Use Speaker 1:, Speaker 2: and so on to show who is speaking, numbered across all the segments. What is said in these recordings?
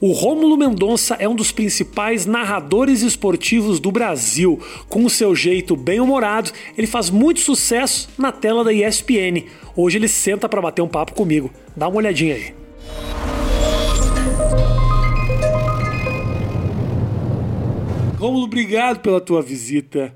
Speaker 1: O Rômulo Mendonça é um dos principais narradores esportivos do Brasil. Com o seu jeito bem-humorado, ele faz muito sucesso na tela da ESPN. Hoje ele senta para bater um papo comigo. Dá uma olhadinha aí. Rômulo, obrigado pela tua visita.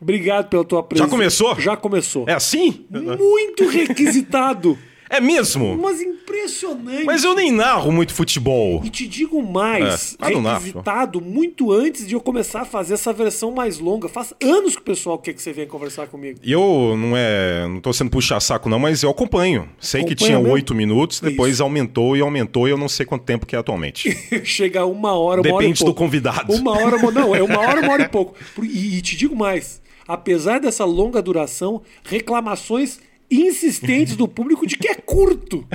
Speaker 1: Obrigado pela tua presença.
Speaker 2: Já começou?
Speaker 1: Já começou.
Speaker 2: É assim?
Speaker 1: Muito requisitado.
Speaker 2: É mesmo?
Speaker 1: Mas impressionante.
Speaker 2: Mas eu nem narro muito futebol.
Speaker 1: E te digo mais,
Speaker 2: É, ah, não dá,
Speaker 1: requisitado muito antes de eu começar a fazer essa versão mais longa. Faz anos que o pessoal quer que você venha conversar comigo.
Speaker 2: E eu não é. Não tô sendo puxa-saco, não, mas eu acompanho. Sei que
Speaker 1: Acompanha
Speaker 2: tinha
Speaker 1: mesmo?
Speaker 2: oito minutos, depois
Speaker 1: Isso.
Speaker 2: aumentou e aumentou, e eu não sei quanto tempo que é atualmente.
Speaker 1: Chega uma hora, uma hora e
Speaker 2: Depende do
Speaker 1: pouco.
Speaker 2: convidado.
Speaker 1: Uma hora, uma- não, é uma hora, uma hora e pouco. Por- E, e te digo mais, apesar dessa longa duração, reclamações insistentes do público de que é curto.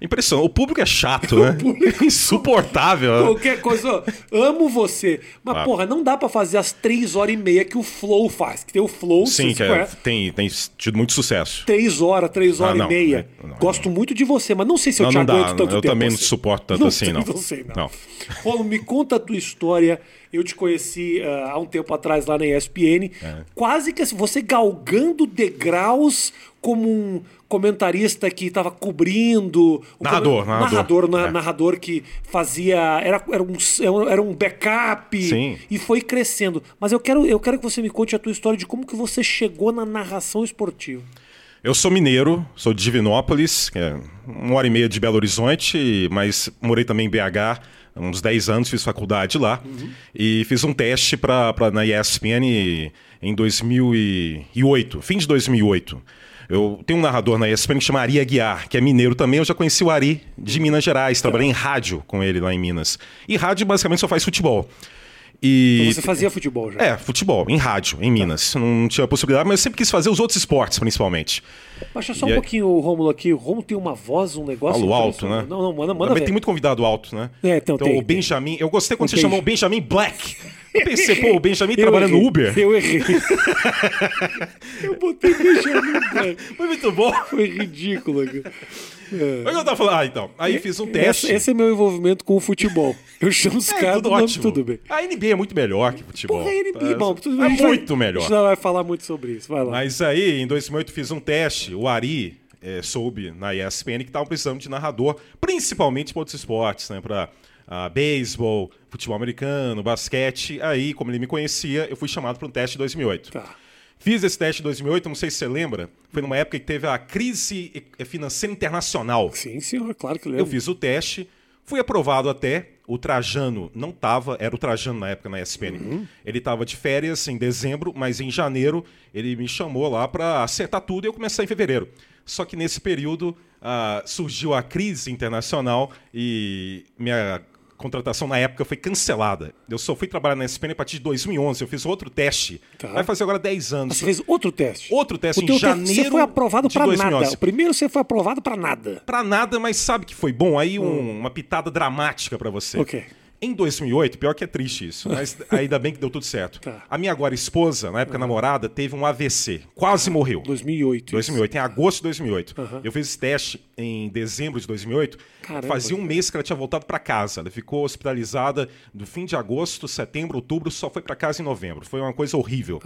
Speaker 2: Impressionante. O público é chato, né? Insuportável. né?
Speaker 1: Qualquer coisa, ó, amo você. Mas, porra, não dá pra fazer as três horas e meia que o Flow faz. Que tem o Flow,
Speaker 2: Sim,
Speaker 1: você
Speaker 2: que é-
Speaker 1: conhece.
Speaker 2: tem, tem tido muito sucesso.
Speaker 1: três horas, três
Speaker 2: Ah,
Speaker 1: horas
Speaker 2: não,
Speaker 1: e meia.
Speaker 2: não, não,
Speaker 1: Gosto muito de você, mas não sei se eu
Speaker 2: Não,
Speaker 1: te
Speaker 2: não dá,
Speaker 1: aguento tanto
Speaker 2: eu
Speaker 1: tempo.
Speaker 2: também não te suporto tanto assim,
Speaker 1: sei,
Speaker 2: não.
Speaker 1: sei, não.
Speaker 2: Não.
Speaker 1: Rolo, me conta a tua história. Eu te conheci ah, há um tempo atrás lá na ESPN.
Speaker 2: É.
Speaker 1: Quase que assim, você galgando degraus como um comentarista que estava cobrindo... um
Speaker 2: Narrador,
Speaker 1: comen-
Speaker 2: narrador.
Speaker 1: Narrador, na-
Speaker 2: É.
Speaker 1: narrador que fazia... Era, era, um, era um backup
Speaker 2: Sim.
Speaker 1: e foi crescendo. Mas eu quero, eu quero que você me conte a tua história de como que você chegou na narração esportiva.
Speaker 2: Eu sou mineiro, sou de Divinópolis, que é uma hora e meia de Belo Horizonte, mas morei também em BH há uns 10 anos, fiz faculdade lá. E fiz um teste pra, pra, na ESPN em 2008, fim de 2008. Eu tenho um narrador na ESPN que chama Ari Aguiar, que é mineiro também. Eu já conheci o Ari de Minas Gerais, trabalhei em rádio com ele lá em Minas. E rádio basicamente só faz futebol. E
Speaker 1: Então Você fazia futebol já.
Speaker 2: é, futebol, em rádio, em Minas. Não tinha possibilidade, mas eu sempre quis fazer os outros esportes, principalmente.
Speaker 1: Baixa só
Speaker 2: E
Speaker 1: um
Speaker 2: aí-
Speaker 1: pouquinho o Rômulo aqui. O Rômulo tem uma voz, um negócio.
Speaker 2: Falo alto, né?
Speaker 1: impressionante. Não, não, manda, manda.
Speaker 2: Também
Speaker 1: ver.
Speaker 2: tem muito convidado alto, né?
Speaker 1: É, então tem,
Speaker 2: o
Speaker 1: tem.
Speaker 2: Benjamin. Eu gostei quando
Speaker 1: Não
Speaker 2: você
Speaker 1: tem.
Speaker 2: chamou o Benjamin Black. Eu pensei, pô, o Benjamin
Speaker 1: Eu
Speaker 2: trabalha no
Speaker 1: errei.
Speaker 2: Uber.
Speaker 1: Eu errei. eu botei Benjamin Black.
Speaker 2: Foi muito bom.
Speaker 1: Foi ridículo. cara.
Speaker 2: Mas eu tava falando, ah, então. Aí fiz um teste.
Speaker 1: Esse, esse é meu envolvimento com o futebol. Eu chamo os
Speaker 2: É,
Speaker 1: caras
Speaker 2: tudo
Speaker 1: do nome,
Speaker 2: ótimo.
Speaker 1: tudo bem.
Speaker 2: A NBA é muito melhor que futebol.
Speaker 1: Porra, ele,
Speaker 2: É,
Speaker 1: bom, tudo bem.
Speaker 2: é
Speaker 1: a gente vai-
Speaker 2: muito
Speaker 1: A
Speaker 2: melhor.
Speaker 1: gente não vai falar muito sobre isso. Vai lá.
Speaker 2: Mas aí, em 2008, fiz um teste. O Ari eh, soube na ESPN que estavam precisando de narrador, principalmente para outros esportes, né? Para beisebol, futebol americano, basquete. Aí, como ele me conhecia, eu fui chamado para um teste de 2008.
Speaker 1: Tá.
Speaker 2: Fiz esse teste em 2008, não sei se você lembra. Foi numa época que teve a crise e- eh, financeira internacional.
Speaker 1: Sim, senhor, claro que lembro.
Speaker 2: Eu fiz o teste, fui aprovado até. O Trajano não tava, era o Trajano na época na ESPN. Ele tava de férias em dezembro, mas em janeiro ele me chamou lá para acertar tudo e eu começar em fevereiro. Só que nesse período ah, surgiu a crise internacional e minha contratação na época foi cancelada. Eu só fui trabalhar na ESPN a partir de 2011, eu fiz outro teste.
Speaker 1: Tá.
Speaker 2: Vai fazer agora 10 anos.
Speaker 1: Você fez outro teste.
Speaker 2: Outro teste
Speaker 1: O
Speaker 2: em
Speaker 1: teu Você
Speaker 2: janeiro
Speaker 1: foi aprovado
Speaker 2: de
Speaker 1: pra nada.
Speaker 2: 2011.
Speaker 1: O primeiro você foi aprovado pra nada.
Speaker 2: Pra nada, mas sabe que foi bom? Aí um- uma pitada dramática pra você.
Speaker 1: Hum. Ok.
Speaker 2: Em 2008, pior que é triste isso, mas ainda bem que deu tudo certo.
Speaker 1: Tá. Ah.
Speaker 2: A minha agora esposa, na época namorada, teve um AVC. Quase morreu.
Speaker 1: 2008. isso.
Speaker 2: 2008, em agosto de 2008. Eu fiz esse teste em dezembro de 2008.
Speaker 1: Caramba.
Speaker 2: Fazia um mês que ela tinha voltado pra casa. Ela ficou hospitalizada do fim de agosto, setembro, outubro, só foi pra casa em novembro. Foi uma coisa horrível.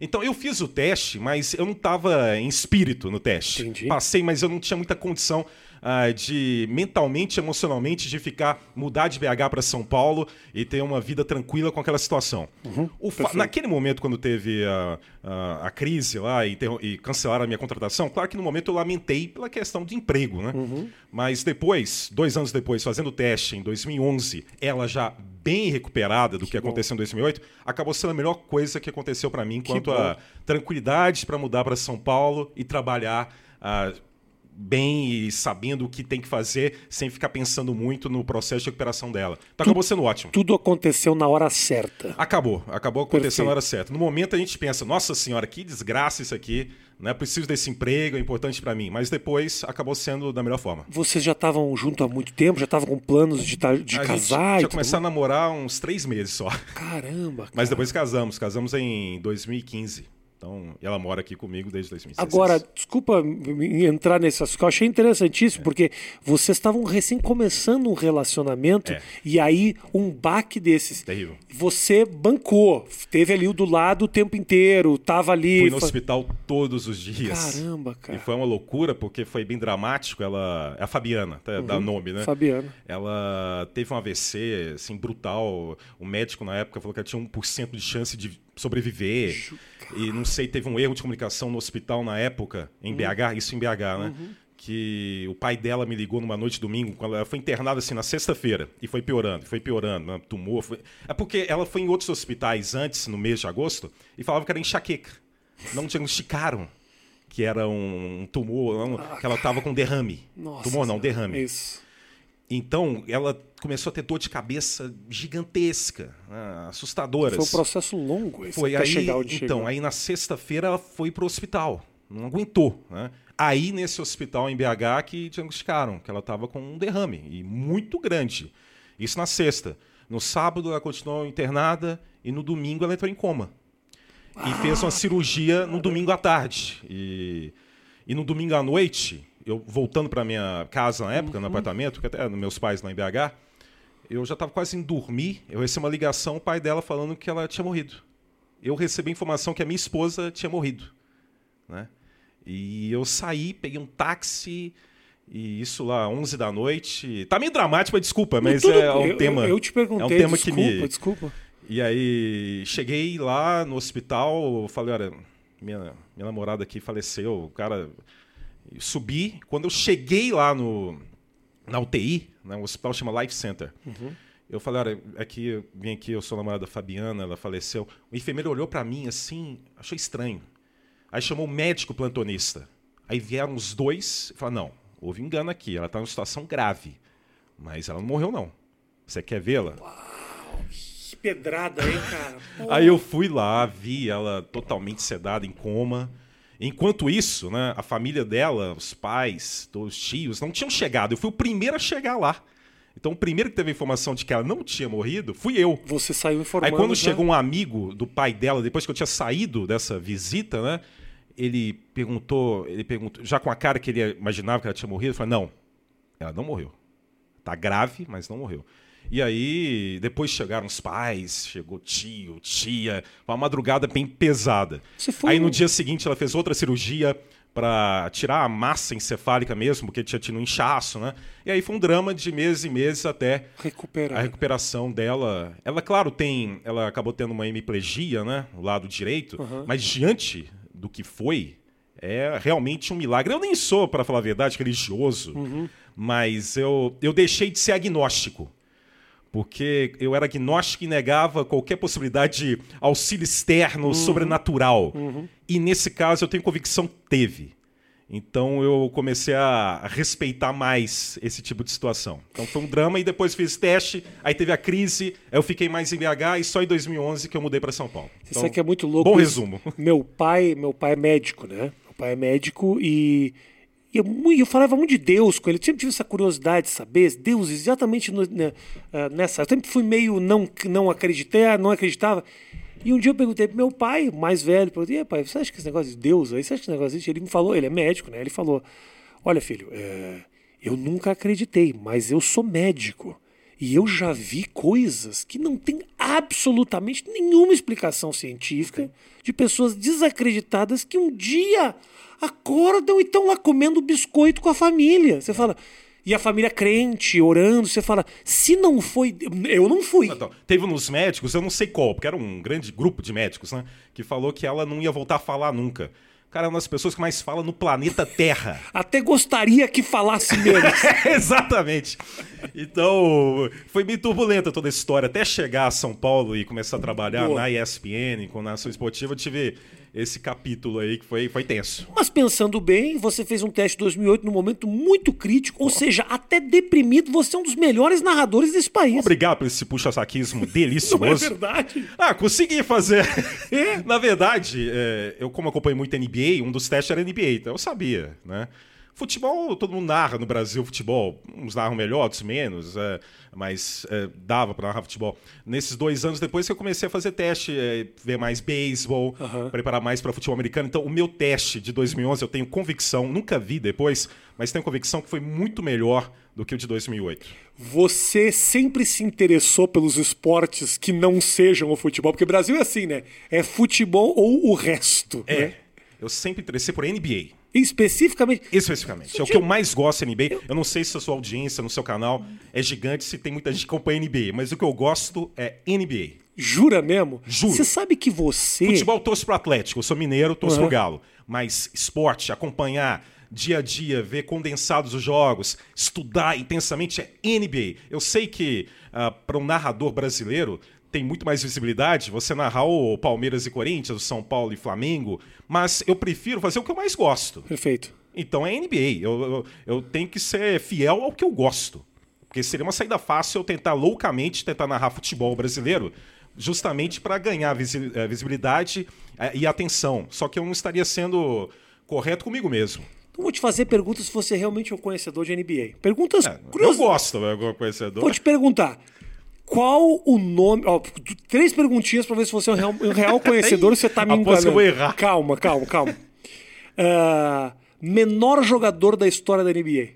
Speaker 2: Então eu fiz o teste, mas eu não tava em espírito no teste.
Speaker 1: Entendi.
Speaker 2: Passei, mas eu não tinha muita condição ah, de mentalmente, emocionalmente, de ficar mudar de BH pra São Paulo e ter uma vida tranquila com aquela situação. O fa- naquele momento, quando teve a, a, a crise lá e, ter- e cancelaram a minha contratação, claro que no momento eu lamentei pela questão de emprego, né? Mas depois, dois anos depois, fazendo o teste em 2011, ela já bem recuperada do que, aconteceu em 2008, acabou sendo a melhor coisa que aconteceu pra mim quanto a tranquilidade pra mudar pra São Paulo e trabalhar ah, bem e sabendo o que tem que fazer sem ficar pensando muito no processo de recuperação dela. Então acabou sendo ótimo.
Speaker 1: Tudo aconteceu na hora certa.
Speaker 2: Acabou, acabou acontecendo
Speaker 1: Perfeito.
Speaker 2: na hora certa. No momento a gente pensa, nossa senhora, que desgraça isso aqui, né? Preciso desse emprego, é importante pra mim. Mas depois acabou sendo da melhor forma.
Speaker 1: Vocês já estavam junto há muito tempo? Já estavam com planos de, ta- de
Speaker 2: a
Speaker 1: casar?
Speaker 2: gente
Speaker 1: e
Speaker 2: já
Speaker 1: tudo
Speaker 2: começou a namorar uns três meses só.
Speaker 1: mais? Caramba, cara.
Speaker 2: Mas depois casamos, casamos em 2015. Então, ela mora aqui comigo desde 2016.
Speaker 1: Agora, desculpa entrar nesse assunto, eu achei interessantíssimo, é. porque vocês estavam recém começando um relacionamento é. e aí um baque desses.
Speaker 2: Terrível.
Speaker 1: Você bancou, teve ali o do lado o tempo inteiro, tava ali.
Speaker 2: Fui no fa... hospital todos os dias.
Speaker 1: Caramba, cara.
Speaker 2: E foi uma loucura, porque foi bem dramático. Ela. A Fabiana, tá, uhum. dá nome, né?
Speaker 1: Fabiana.
Speaker 2: Ela teve um AVC, assim, brutal. O médico na época falou que ela tinha 1% de chance de sobreviver. Cara. E não sei, teve um erro de comunicação no hospital na época, em BH, uhum. isso em BH, né? Uhum. Que o pai dela me ligou numa noite de domingo, quando ela foi internada assim na sexta-feira, e foi piorando, foi piorando, né? tumor. Foi... É porque ela foi em outros hospitais antes, no mês de agosto, e falava que era enxaqueca. Não diagnosticaram que era um tumor, não, ah, que ela estava com derrame. Nossa, É tumor não, derrame.
Speaker 1: Isso.
Speaker 2: Então, ela começou a ter dor de cabeça gigantesca, né? assustadora.
Speaker 1: Foi um processo longo esse
Speaker 2: foi aí, chegar onde Então, chegou. aí na sexta-feira ela foi para o hospital, não aguentou. Né? Aí nesse hospital em BH que diagnosticaram que ela estava com um derrame, e muito grande. Isso na sexta. No sábado ela continuou internada e no domingo ela entrou em coma. E ah, fez uma cirurgia no domingo à tarde. E, e no domingo à noite, eu voltando para minha casa na época, uhum. no apartamento, que até meus pais lá em BH, eu já estava quase em dormir. Eu recebi uma ligação, o pai dela falando que ela tinha morrido. Eu recebi a informação que a minha esposa tinha morrido, né? E eu saí, peguei um táxi e isso lá 11 da noite. Tá meio dramático, mas desculpa, mas
Speaker 1: tudo,
Speaker 2: é um
Speaker 1: eu,
Speaker 2: tema.
Speaker 1: Eu te perguntei,
Speaker 2: é um tema
Speaker 1: desculpa,
Speaker 2: que me...
Speaker 1: desculpa.
Speaker 2: E aí cheguei lá no hospital, falei, olha, minha, minha namorada aqui faleceu, o cara subi. Quando eu cheguei lá no, na UTI, né, um hospital chama Life Center, uhum. eu falei, olha, aqui, vim aqui, eu sou namorada da Fabiana, ela faleceu. O enfermeiro olhou para mim assim, achou estranho. Aí chamou o médico plantonista. Aí vieram os dois e falaram, não, houve engano aqui, ela está numa situação grave. Mas ela não morreu, não. Você quer vê-la?
Speaker 1: Que pedrada, hein, cara? Pô.
Speaker 2: É. Aí eu fui lá, vi ela totalmente sedada, em coma. Enquanto isso, né, a família dela, os pais, os tios, não tinham chegado. Eu fui o primeiro a chegar lá. Então, o primeiro que teve a informação de que ela não tinha morrido fui eu.
Speaker 1: Você saiu informando. né?
Speaker 2: Aí, quando
Speaker 1: já...
Speaker 2: chegou um amigo do pai dela, depois que eu tinha saído dessa visita, né? Ele perguntou, ele perguntou, já com a cara que ele imaginava que ela tinha morrido, eu falei: não, ela não morreu. Tá grave, mas não morreu. E aí, depois chegaram os pais, chegou tio, tia, uma madrugada bem pesada. Aí no dia seguinte ela fez outra cirurgia para tirar a massa encefálica mesmo, porque tinha tido um inchaço, né? E aí foi um drama de meses e meses até
Speaker 1: recuperar.
Speaker 2: a recuperação dela. Ela, claro, tem, ela acabou tendo uma hemiplegia, né, o lado direito, uhum. mas diante do que foi, é realmente um milagre. Eu nem sou, para falar a verdade, religioso, uhum. mas eu, eu deixei de ser agnóstico porque eu era agnóstico e negava qualquer possibilidade de auxílio externo, uhum. sobrenatural. Uhum. E nesse caso eu tenho convicção que teve. Então eu comecei a respeitar mais esse tipo de situação. Então foi um drama e depois fiz teste, aí teve a crise, eu fiquei mais em BH e só em 2011 que eu mudei para São Paulo.
Speaker 1: Então, Isso aqui é muito louco.
Speaker 2: Bom resumo.
Speaker 1: Meu pai, meu pai é médico, né? Meu pai é médico e e eu, eu, falava muito de Deus com ele. Eu sempre tive essa curiosidade de saber Deus exatamente no, né, nessa. Eu sempre fui meio não, não acreditei, não acreditava. E um dia eu perguntei pro meu pai, mais velho, perguntei, pai, você acha que esse negócio de Deus aí, você acha que esse negócio existe? Ele me falou, ele é médico, né? Ele falou, olha filho, é, eu nunca acreditei, mas eu sou médico. E eu já vi coisas que não tem absolutamente nenhuma explicação científica de pessoas desacreditadas que um dia acordam e estão lá comendo biscoito com a família. Você fala. E a família crente, orando, você fala, se não foi. Eu não fui.
Speaker 2: Então, teve uns médicos, eu não sei qual, porque era um grande grupo de médicos, né? Que falou que ela não ia voltar a falar nunca. Cara, é uma das pessoas que mais fala no planeta Terra.
Speaker 1: Até gostaria que falasse menos.
Speaker 2: Exatamente. Então, foi meio turbulenta toda a história. Até chegar a São Paulo e começar a trabalhar Boa. na ESPN, com a Nação Esportiva, eu tive esse capítulo aí que foi, foi tenso.
Speaker 1: Mas pensando bem, você fez um teste em 2008 num momento muito crítico, ou seja, até deprimido, você é um dos melhores narradores desse país.
Speaker 2: Obrigado por esse puxa-saquismo delicioso. Não é
Speaker 1: verdade?
Speaker 2: Ah, consegui fazer. É. Na verdade, é, eu como acompanho muito NBA, um dos testes era NBA, então eu sabia, né? Futebol, todo mundo narra no Brasil futebol. Uns narram melhor, outros menos, é, mas é, dava para narrar futebol. Nesses dois anos depois que eu comecei a fazer teste, é, ver mais beisebol,
Speaker 1: Aham.
Speaker 2: preparar mais para futebol americano. Então, o meu teste de 2011, eu tenho convicção, nunca vi depois, mas tenho convicção que foi muito melhor do que o de 2008.
Speaker 1: Você sempre se interessou pelos esportes que não sejam o futebol? Porque o Brasil é assim, né? É futebol ou o resto.
Speaker 2: É.
Speaker 1: né?
Speaker 2: Eu sempre interessei por NBA.
Speaker 1: Especificamente.
Speaker 2: Especificamente. É o que eu mais gosto da NBA. Eu não sei se a sua audiência no seu canal é gigante, se tem muita gente que acompanha NBA, mas o que eu gosto é NBA.
Speaker 1: Jura mesmo?
Speaker 2: Juro.
Speaker 1: Você sabe que você.
Speaker 2: Futebol eu torço pro Atlético, eu sou mineiro, eu torço
Speaker 1: Uhum.
Speaker 2: pro Galo. Mas esporte, acompanhar dia a dia, ver condensados os jogos, estudar intensamente é NBA. Eu sei que para um narrador brasileiro tem muito mais visibilidade você narrar o Palmeiras e Corinthians, o São Paulo e Flamengo, mas eu prefiro fazer o que eu mais gosto.
Speaker 1: Perfeito.
Speaker 2: Então é NBA. Eu, eu, eu tenho que ser fiel ao que eu gosto. Porque seria uma saída fácil eu tentar loucamente tentar narrar futebol brasileiro justamente para ganhar visi- eh, visibilidade eh, e atenção. Só que eu não estaria sendo correto comigo mesmo.
Speaker 1: Então vou te fazer perguntas se você realmente é um conhecedor de NBA. Perguntas
Speaker 2: É, eu
Speaker 1: curiosas.
Speaker 2: gosto, eu conhecedor.
Speaker 1: Vou te perguntar. Qual o nome. ó, três perguntinhas pra ver se você é um real, um real conhecedor ou você tá me
Speaker 2: Aposto
Speaker 1: enganando.
Speaker 2: que eu vou errar.
Speaker 1: Calma, calma, calma. Ah, menor jogador da história da NBA.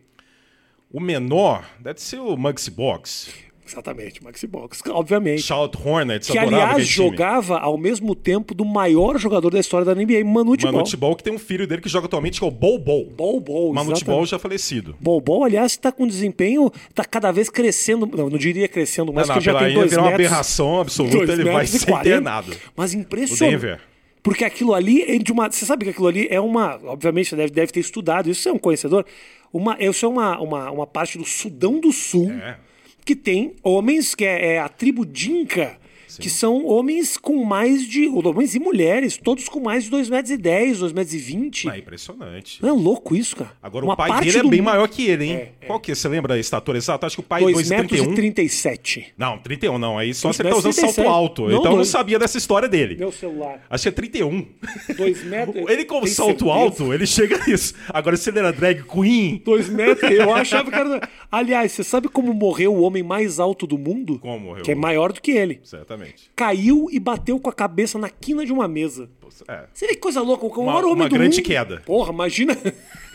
Speaker 2: O menor deve ser o Muggsy Box.
Speaker 1: Exatamente, Maxi Box, obviamente.
Speaker 2: Charlotte Hornets,
Speaker 1: que,
Speaker 2: adorava
Speaker 1: aliás,
Speaker 2: aquele time.
Speaker 1: jogava ao mesmo tempo do maior jogador da história da NBA, Manu Tibol.
Speaker 2: Manu Tibol, que tem um filho dele que joga atualmente, que é o Bol Bol.
Speaker 1: Bol Bol,
Speaker 2: Manu
Speaker 1: exatamente.
Speaker 2: Tibol já falecido.
Speaker 1: Bol Bol, aliás, está com desempenho, está cada vez crescendo. Não, não diria crescendo, mas
Speaker 2: Não,
Speaker 1: que
Speaker 2: não,
Speaker 1: já
Speaker 2: pela
Speaker 1: tem
Speaker 2: ilha
Speaker 1: dois
Speaker 2: virou uma
Speaker 1: metros.
Speaker 2: aberração absoluta,
Speaker 1: dois
Speaker 2: ele vai
Speaker 1: metros e
Speaker 2: ser
Speaker 1: 40,
Speaker 2: internado.
Speaker 1: Mas impressionante.
Speaker 2: O Denver.
Speaker 1: Porque aquilo ali é de uma. Você sabe que aquilo ali é uma. Obviamente, você deve, deve ter estudado, isso você é um conhecedor. Uma, isso é uma, uma, uma parte do Sudão do Sul
Speaker 2: É.
Speaker 1: que tem homens, que é, é a tribo Dinka, que são homens com mais de. Homens e mulheres, todos com mais de 2,10 metros, e 2,20 metros. E vinte.
Speaker 2: Ah, impressionante.
Speaker 1: Não é louco isso, cara?
Speaker 2: Agora,
Speaker 1: Uma
Speaker 2: o pai
Speaker 1: parte
Speaker 2: dele é
Speaker 1: do
Speaker 2: bem
Speaker 1: mundo-
Speaker 2: maior que ele, hein? Qual que é? Você lembra a estatura exata? Acho que o pai
Speaker 1: 2 metros
Speaker 2: 231.
Speaker 1: e 37.
Speaker 2: Não, 31 não. Aí só
Speaker 1: Dois
Speaker 2: você tá
Speaker 1: metros e
Speaker 2: usando salto
Speaker 1: 37.
Speaker 2: alto.
Speaker 1: Não,
Speaker 2: então eu não
Speaker 1: dois.
Speaker 2: sabia dessa história dele.
Speaker 1: Meu É, celular.
Speaker 2: Acho que é 31.
Speaker 1: 2 metros.
Speaker 2: Ele com
Speaker 1: Tem
Speaker 2: salto
Speaker 1: certeza?
Speaker 2: alto, ele chega nisso. Agora, se ele era drag queen,
Speaker 1: 2 metros. Eu achava que era. Aliás, você sabe como morreu o homem mais alto do mundo?
Speaker 2: Como morreu?
Speaker 1: Que é maior do que ele.
Speaker 2: certamente.
Speaker 1: Caiu e bateu com a cabeça na quina de uma mesa.
Speaker 2: É.
Speaker 1: Você vê que coisa louca, o
Speaker 2: Uma-
Speaker 1: maior homem
Speaker 2: uma
Speaker 1: do
Speaker 2: grande
Speaker 1: mundo.
Speaker 2: queda.
Speaker 1: Porra, imagina.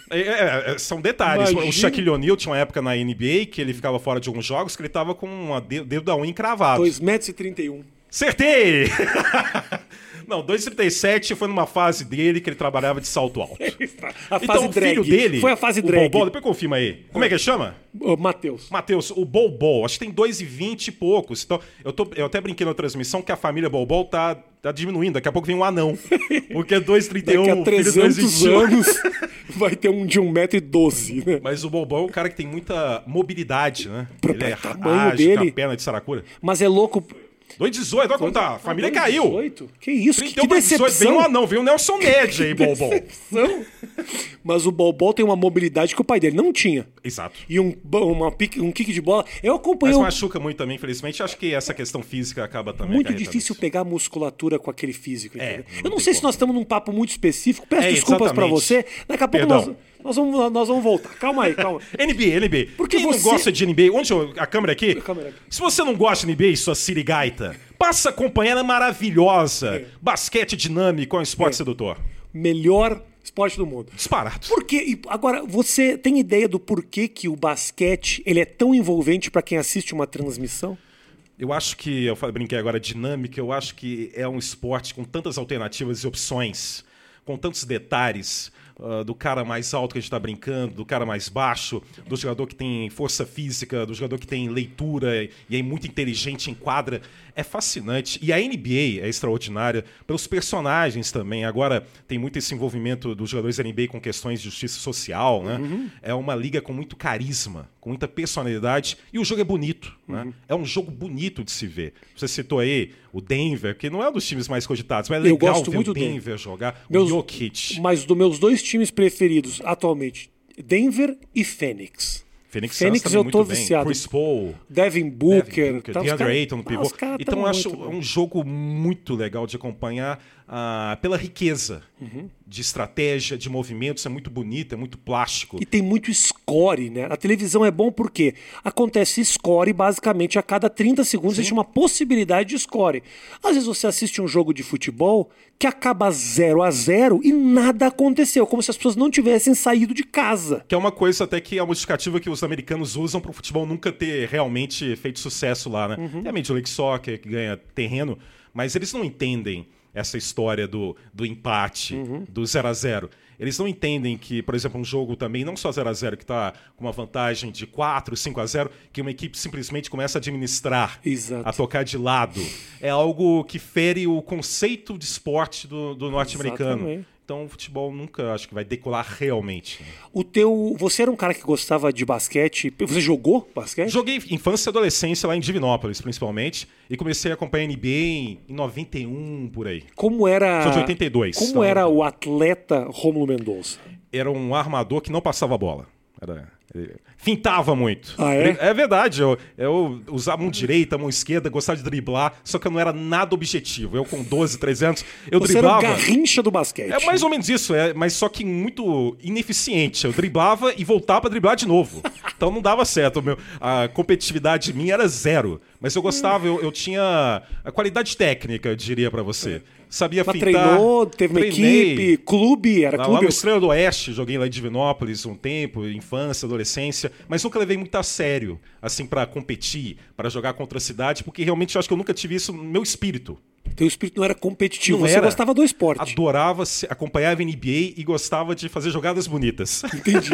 Speaker 2: É, é, é, são detalhes.
Speaker 1: Imagina.
Speaker 2: O Shaquille O'Neal tinha uma época na NBA que ele ficava fora de alguns jogos que ele tava com o dedo da unha encravado.
Speaker 1: 2 metros e 31.
Speaker 2: Acertei! Não, 2,37 foi numa fase dele que ele trabalhava de salto alto.
Speaker 1: A fase
Speaker 2: então, o
Speaker 1: drag.
Speaker 2: filho dele.
Speaker 1: Foi a fase
Speaker 2: o
Speaker 1: drag.
Speaker 2: Bobol, depois confirma aí. Como é que ele chama?
Speaker 1: Ô, Matheus.
Speaker 2: Matheus, o Bobol. Acho que tem 2,20 e poucos. Então, eu, tô, eu até brinquei na transmissão que a família Bobol tá, tá diminuindo. Daqui a pouco vem um anão. Porque é 2,31.
Speaker 1: Daqui
Speaker 2: o
Speaker 1: a
Speaker 2: filho é
Speaker 1: 300
Speaker 2: 2,21.
Speaker 1: anos vai ter um de 1,12m, né?
Speaker 2: Mas o Bobol é um cara que tem muita mobilidade, né? Ele é
Speaker 1: tamanho
Speaker 2: ágil, tem
Speaker 1: dele.
Speaker 2: a perna de Saracura.
Speaker 1: Mas é louco.
Speaker 2: 2,18, vai contar. Tá, A família
Speaker 1: Ah,
Speaker 2: caiu.
Speaker 1: 18? Que isso? Que, que
Speaker 2: 31 pra 18,
Speaker 1: decepção.
Speaker 2: veio um anão, veio um Nelson Ned aí, Bobol.
Speaker 1: São. Mas o Bobol tem uma mobilidade que o pai dele não tinha.
Speaker 2: Exato.
Speaker 1: E um, ba- uma pique- um kick de bola. Eu acompanhei.
Speaker 2: Mas
Speaker 1: um-
Speaker 2: machuca muito também, infelizmente. Acho que essa questão física acaba também.
Speaker 1: Muito
Speaker 2: acarretando
Speaker 1: difícil
Speaker 2: isso.
Speaker 1: pegar musculatura com aquele físico.
Speaker 2: É,
Speaker 1: entendeu?
Speaker 2: não
Speaker 1: Eu não
Speaker 2: tem
Speaker 1: sei se
Speaker 2: como.
Speaker 1: nós estamos num papo muito específico. Peço
Speaker 2: É,
Speaker 1: desculpas pra
Speaker 2: exatamente.
Speaker 1: você. Daqui a pouco nós,
Speaker 2: Perdão.
Speaker 1: nós vamos, nós vamos voltar. Calma aí, calma.
Speaker 2: NBA, NBA.
Speaker 1: Porque
Speaker 2: Quem não
Speaker 1: você-
Speaker 2: gosta de NBA, onde eu- a câmera aqui?
Speaker 1: câmera aqui.
Speaker 2: Se você não gosta de NBA, sua sirigaita, passa a acompanhar, ela é maravilhosa.
Speaker 1: É.
Speaker 2: Basquete dinâmico, é um esporte sedutor.
Speaker 1: Melhor esporte do mundo.
Speaker 2: Disparado.
Speaker 1: Por quê? E Agora, você tem ideia do porquê que o basquete ele é tão envolvente pra quem assiste uma transmissão?
Speaker 2: Eu acho que, eu fa- brinquei agora, dinâmica, eu acho que é um esporte com tantas alternativas e opções, com tantos detalhes. ah, do cara mais alto que a gente tá brincando, do cara mais baixo, do jogador que tem força física, do jogador que tem leitura e- e é muito inteligente em quadra. É fascinante. E a NBA é extraordinária pelos personagens também. Agora tem muito esse envolvimento dos jogadores da NBA com questões de justiça social, né?
Speaker 1: Uhum.
Speaker 2: É uma liga com muito carisma, com muita personalidade e o jogo é bonito,
Speaker 1: Uhum.
Speaker 2: né? É um jogo bonito de se ver. Você citou aí o Denver, que não é um dos times mais cogitados, mas é
Speaker 1: Eu
Speaker 2: legal
Speaker 1: gosto
Speaker 2: ver
Speaker 1: muito
Speaker 2: o
Speaker 1: dele.
Speaker 2: Denver jogar,
Speaker 1: Meus-
Speaker 2: o Jokic.
Speaker 1: Mas dos meus dois times preferidos atualmente, Denver e Phoenix.
Speaker 2: Fênix,
Speaker 1: Phoenix
Speaker 2: Suns
Speaker 1: eu
Speaker 2: também
Speaker 1: tô
Speaker 2: muito bem.
Speaker 1: viciado.
Speaker 2: Chris Paul.
Speaker 1: Devin
Speaker 2: Devin
Speaker 1: Booker,
Speaker 2: Booker,
Speaker 1: tá, os
Speaker 2: DeAndre
Speaker 1: cara-
Speaker 2: Ayton no
Speaker 1: ah,
Speaker 2: pivô.
Speaker 1: os cara
Speaker 2: Então
Speaker 1: tão
Speaker 2: eu acho
Speaker 1: muito bem.
Speaker 2: um jogo muito legal de acompanhar ah, pela riqueza
Speaker 1: Uhum.
Speaker 2: de estratégia, de movimentos. É muito bonito, é muito plástico.
Speaker 1: E tem muito score, né? A televisão é bom porque acontece score basicamente a cada 30 segundos existe uma possibilidade de score. Às vezes você assiste um jogo de futebol que acaba 0 a 0 e nada aconteceu, como se as pessoas não tivessem saído de casa.
Speaker 2: Que é uma coisa até que é uma justificativa que os americanos usam para o futebol nunca ter realmente feito sucesso lá, né?
Speaker 1: Uhum.
Speaker 2: Tem a Major League Soccer que ganha terreno, mas eles não entendem essa história do, do empate,
Speaker 1: Uhum.
Speaker 2: do 0 a 0 Eles não entendem que, por exemplo, um jogo também, não só 0 a 0 que está com uma vantagem de 4, 5 a 0 que uma equipe simplesmente começa a administrar,
Speaker 1: Exato.
Speaker 2: a tocar de lado. É algo que fere o conceito de esporte do, do norte-americano.
Speaker 1: Exatamente.
Speaker 2: Então, o futebol nunca acho que vai decolar realmente. né?
Speaker 1: O teu, você era um cara que gostava de basquete, você jogou basquete?
Speaker 2: Joguei infância e adolescência lá em Divinópolis, principalmente, e comecei a acompanhar NBA em 91, por aí.
Speaker 1: Como era
Speaker 2: Sou de 82,
Speaker 1: Como
Speaker 2: então-
Speaker 1: era o atleta Romulo Mendonça?
Speaker 2: Era um armador que não passava a bola. Era... ele Fintava muito.
Speaker 1: Ah, é?
Speaker 2: Ele- É verdade. Eu, eu usava mão direita, mão esquerda, gostava de driblar, só que eu não era nada objetivo. Eu com 12, 300, eu
Speaker 1: Você
Speaker 2: driblava.
Speaker 1: era um o garrincha do basquete.
Speaker 2: É mais ou menos isso, é, mas só que muito ineficiente. Eu driblava e voltava pra driblar de novo. Então não dava certo. o Meu, a competitividade minha era zero. Mas eu gostava, eu, eu tinha a qualidade técnica, eu diria pra você. Sabia
Speaker 1: Mas
Speaker 2: pintar.
Speaker 1: treinou, teve uma equipe, clube, era
Speaker 2: tá? Lá, lá
Speaker 1: clube.
Speaker 2: no Estrela do Oeste, joguei lá em Divinópolis um tempo, infância, adolescência, mas nunca levei muito a sério, assim, pra competir, pra jogar contra a cidade, porque realmente eu acho que eu nunca tive isso no meu espírito.
Speaker 1: Teu espírito não era competitivo,
Speaker 2: Não
Speaker 1: você
Speaker 2: era.
Speaker 1: gostava do esporte.
Speaker 2: Adorava, se- acompanhava NBA e gostava de fazer jogadas bonitas.
Speaker 1: Entendi.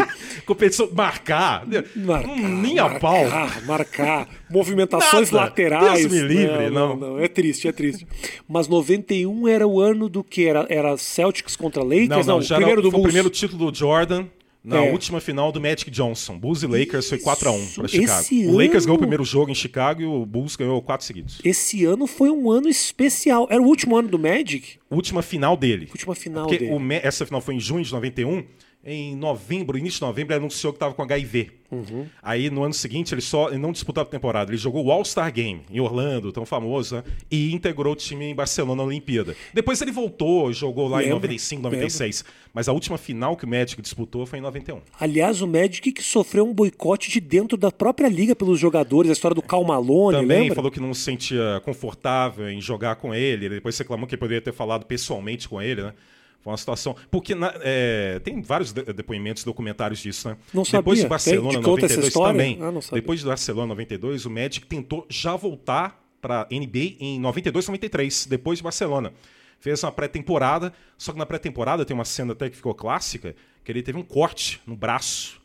Speaker 2: Competição, marcar, né?
Speaker 1: Marcar,
Speaker 2: Hum, nem a
Speaker 1: marcar, Ah,
Speaker 2: pau.
Speaker 1: Marcar, movimentações
Speaker 2: Nada.
Speaker 1: laterais.
Speaker 2: Deus me livre,
Speaker 1: não, não. É triste, é triste. Mas 91 era o ano do que? Era, era Celtics contra Lakers?
Speaker 2: Não, não, já
Speaker 1: primeiro
Speaker 2: era,
Speaker 1: do
Speaker 2: foi o
Speaker 1: Bulls.
Speaker 2: primeiro título do Jordan na
Speaker 1: É.
Speaker 2: última final do Magic Johnson. Bulls e Lakers foi 4x1 para
Speaker 1: Esse
Speaker 2: Chicago. O Lakers
Speaker 1: ano?
Speaker 2: ganhou o primeiro jogo em Chicago e o Bulls ganhou quatro seguidos.
Speaker 1: Esse ano foi um ano especial. Era o último ano do Magic?
Speaker 2: Última final dele.
Speaker 1: Última final
Speaker 2: Porque
Speaker 1: dele.
Speaker 2: o Me- essa final foi em junho de 91. Em novembro, início de novembro, ele anunciou que estava com HIV.
Speaker 1: Uhum.
Speaker 2: Aí, no ano seguinte, ele só ele não disputava a temporada. Ele jogou o All-Star Game em Orlando, tão famoso, né? E integrou o time em Barcelona na Olimpíada. Depois ele voltou, jogou lá em
Speaker 1: Lembro,
Speaker 2: 95, 96. Mas a última final que o Magic disputou foi em 91.
Speaker 1: Aliás, o Magic que sofreu um boicote de dentro da própria liga pelos jogadores, a história do Cal Malone,
Speaker 2: Também
Speaker 1: lembra?
Speaker 2: falou que não se sentia confortável em jogar com ele. Ele depois reclamou que poderia ter falado pessoalmente com ele, né? Foi uma situação. Porque na- é, tem vários de- depoimentos, documentários disso, né?
Speaker 1: Não
Speaker 2: Depois
Speaker 1: sabia.
Speaker 2: de Barcelona
Speaker 1: Tem- te conta essa
Speaker 2: 92
Speaker 1: história?
Speaker 2: também.
Speaker 1: Ah, não sabia.
Speaker 2: depois de Barcelona 92, o Magic tentou já voltar para NBA em 92, 93, depois de Barcelona. Fez uma pré-temporada, só que na pré-temporada tem uma cena até que ficou clássica, que ele teve um corte no braço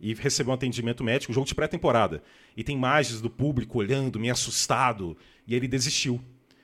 Speaker 2: e recebeu um atendimento médico, jogo de pré-temporada. E tem imagens do público olhando, meio assustado, e ele desistiu.